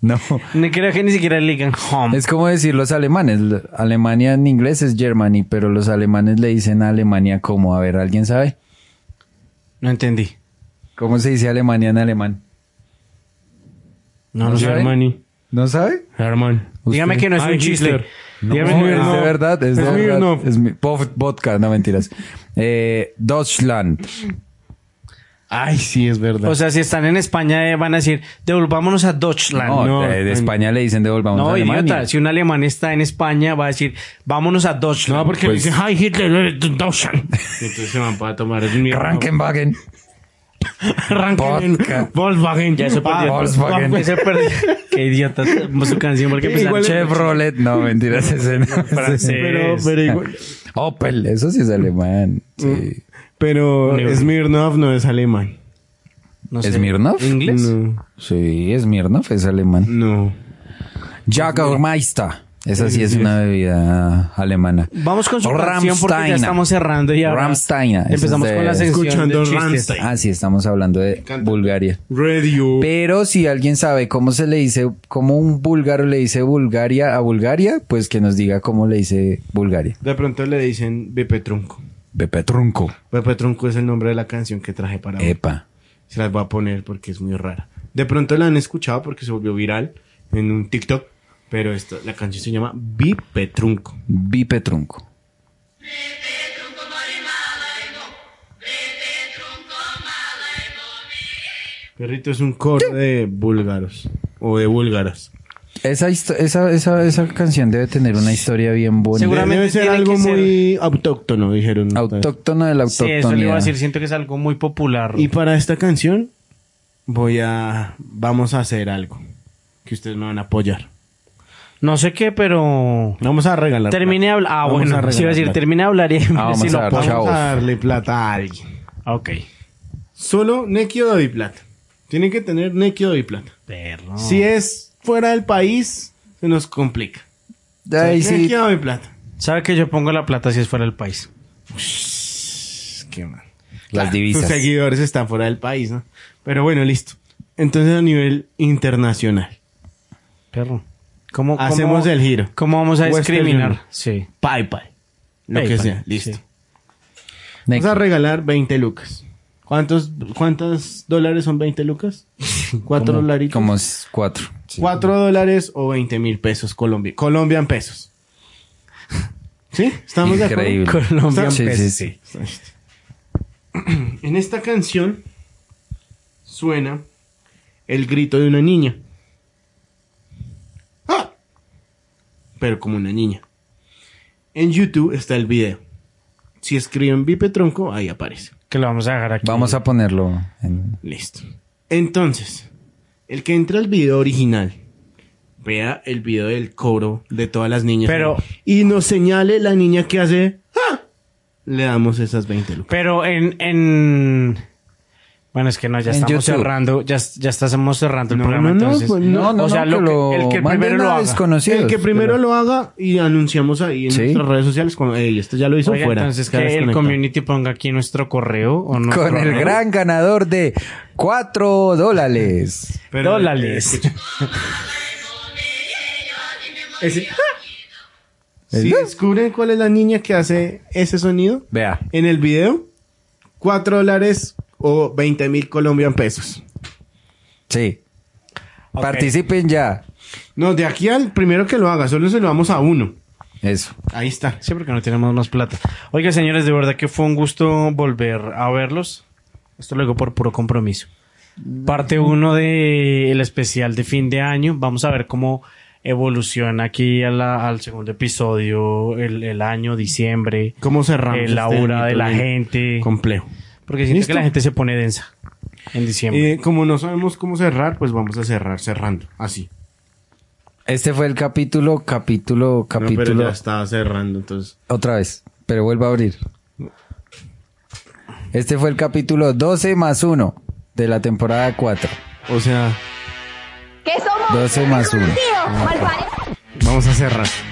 S3: No.
S4: No creo que ni siquiera le digan home.
S3: Es como decir los alemanes. L- Alemania en inglés es Germany, pero los alemanes le dicen a Alemania como, a ver, ¿alguien sabe?
S4: No entendí.
S3: ¿Cómo se dice Alemania en alemán?
S2: No, no
S3: ¿No
S4: Ah,
S2: sé,
S3: sabe?
S2: Hermani.
S3: ¿No sabe?
S2: Herman.
S4: Dígame que no es
S2: Ay,
S4: un chiste.
S2: Hitler.
S3: No,
S2: Dígame que
S3: es
S2: no.
S3: de verdad, es, de
S2: mío,
S3: verdad.
S2: no.
S3: Es mi, pof- vodka, no mentiras. Eh, Deutschland.
S2: Ay, sí, es verdad.
S4: O sea, si están en España, eh, van a decir, devolvámonos a Deutschland.
S3: No,
S2: no,
S3: de, de
S2: ay.
S3: España le dicen devolvamos
S4: Ah, No,
S3: a Alemania.
S4: idiota. Si un alemán está en España, va a decir, vámonos a Deutschland.
S2: no, porque
S3: pues-
S2: dice, hi Hitler, eres de Deutschland. Entonces se van para tomar. Es mi
S3: Rankenwagen.
S2: Ranken.
S3: Vodka.
S2: Volkswagen.
S4: Ya se perdió.
S2: Ah,
S3: Volkswagen.
S4: Ah, se perdió. Qué idiota. Su canción, porque pues, empezaron
S3: Chevrolet. No, mentiras, ese no.
S4: francés.
S2: Pero, pero igual-
S3: Opel, eso sí es alemán. Sí.
S2: Pero Smirnov no es alemán.
S4: No
S3: ¿Smirnoff?
S4: ¿Inglés?
S2: No.
S3: Sí, Smirnoff es alemán.
S2: No.
S3: Jagermeister. Esa sí es una bebida alemana.
S4: Vamos con su canción porque ya
S3: Rammsteiner.
S4: estamos cerrando y ahora
S3: Rammsteiner. Eso es
S4: empezamos
S3: de-
S4: con la sección
S2: Escuchando
S4: de chistes.
S2: Rammstein.
S3: Ah, sí, estamos hablando de Bulgaria.
S2: Radio.
S3: Pero si alguien sabe cómo se le dice, cómo un búlgaro le dice Bulgaria a Bulgaria, pues que nos diga cómo le dice Bulgaria.
S2: De pronto le dicen Bepe Trunco.
S3: Pepe Trunco.
S2: Bepe Trunco es el nombre de la canción que traje para hoy.
S3: Epa.
S2: Se las voy a poner porque es muy rara. De pronto la han escuchado porque se volvió viral en un TikTok. Pero esto, la canción se llama Bipe Trunco.
S3: Bipe Trunco.
S2: Perrito es un coro de búlgaros. O de búlgaras.
S3: Esa, histo- esa, esa, esa canción debe tener una historia bien bonita.
S4: Seguramente
S2: Debe ser
S4: tiene
S2: algo
S4: que ser-
S2: muy autóctono, dijeron.
S3: Autóctona de la
S4: Sí, eso le iba a
S3: autóctona.
S4: decir. Siento que es algo muy popular.
S2: Y para esta canción voy a... Vamos a hacer algo. Que ustedes me van a apoyar.
S4: No sé qué, pero...
S2: Vamos a regalar.
S4: Terminé de hablar. Ah,
S2: Vamos
S4: bueno,
S2: a
S4: sí iba a
S2: regalar
S4: decir,
S2: plata.
S4: terminé de hablar y
S3: Ah, vamos
S4: si
S3: a
S4: lo
S3: dar,
S4: apoyo.
S3: chao.
S2: Vamos a darle plata a alguien.
S4: Ah, Ok.
S2: Solo Neki o David Plata. Tienen que tener Neki o David Plata.
S4: Perro.
S2: Si es fuera del país, se nos complica.
S3: Ay,
S2: Neki
S3: sí.
S2: o David Plata.
S4: Sabe que yo pongo la plata si es fuera del país.
S2: Qué mal.
S3: Las
S2: Sus
S3: divisas.
S2: seguidores están fuera del país, ¿no? Pero bueno, listo. Entonces a nivel internacional.
S4: Perro. ¿Cómo, cómo-
S2: Hacemos el giro.
S4: ¿Cómo vamos a
S2: Western
S4: discriminar?
S2: Union.
S4: Sí.
S2: PayPal. Lo
S4: PayPal,
S2: que sea, listo.
S4: sí.
S3: Next.
S2: Vamos a regalar 20 lucas. ¿Cuántos, ¿Cuántos dólares son 20 lucas? ¿Cuatro
S3: Como-
S2: dolaritos?
S3: Como es cuatro. Sí.
S2: 4 dólares o 20 mil pesos colombi colombian pesos. ¿Sí? ¿Estamos
S3: Increíble.
S2: de acuerdo?
S3: Colombian
S2: Está-
S3: pesos. Sí,
S2: En esta canción suena el grito de una niña. ¡Ah! Pero como una niña. En YouTube está el video. Si escriben Vipe Tronco, ahí aparece.
S4: Que lo vamos a dejar aquí.
S3: Vamos a ponerlo en...
S2: Listo. Entonces, el que entra al video original, vea el video del coro de todas las niñas.
S4: Pero-
S2: Y nos señale la niña que hace... ¡Ah! Le damos esas 20 lucas.
S4: Pero en... en... Bueno, es que no, ya
S3: En
S4: estamos
S3: YouTube.
S4: cerrando, ya, ya estamos cerrando el
S2: No,
S4: programa,
S2: no, no,
S4: entonces.
S2: pues no.
S3: No, no,
S4: o sea,
S3: no,
S4: lo
S3: que lo
S4: que- el que
S3: manden
S4: primero
S3: a
S4: lo haga.
S3: desconocidos.
S2: El que primero lo haga y anunciamos ahí en
S3: Sí.
S2: nuestras redes sociales. Como, "Ey, este ya lo hizo
S4: Oiga,
S2: fuera.
S4: entonces
S2: Está
S4: que el
S2: desconectado".
S4: community ponga aquí nuestro correo o no.
S3: Con el gran ganador de cuatro dólares.
S2: Pero,
S4: Dólares.
S2: eh, escucha. Ese- Si descubren cuál es la niña que hace ese sonido,
S3: Vea.
S2: en el video, 4 dólares o 20 mil colombian pesos.
S3: Sí. Participen ya.
S2: No, de aquí al primero que lo haga, solo se lo damos a uno.
S3: Eso.
S2: Ahí está.
S4: Sí, porque no tenemos más plata. Oiga, señores, de verdad que fue un gusto volver a verlos. Esto luego por puro compromiso. Parte 1 del especial de fin de año. Vamos a ver cómo evoluciona aquí a la- al segundo episodio, el, el año, diciembre,
S2: ¿Cómo cerramos?
S4: eh, la
S2: este
S4: hora de
S2: mito
S4: la
S2: bien
S4: gente.
S2: Complejo.
S4: Porque siento
S2: ¿Listo?
S4: que la gente se pone densa en diciembre.
S2: Eh, como no sabemos cómo cerrar, pues vamos a cerrar cerrando. Así.
S3: Este fue el capítulo, capítulo,
S2: No, pero
S3: capítulo.
S2: ya estaba cerrando, entonces.
S3: Otra vez. Pero vuelva a abrir. Este fue el capítulo 12 más 1 de la temporada 4.
S2: O sea,
S1: ¿Qué somos?
S3: Doce más uno.
S1: Desconocidos, malparidos.
S2: vamos a cerrar.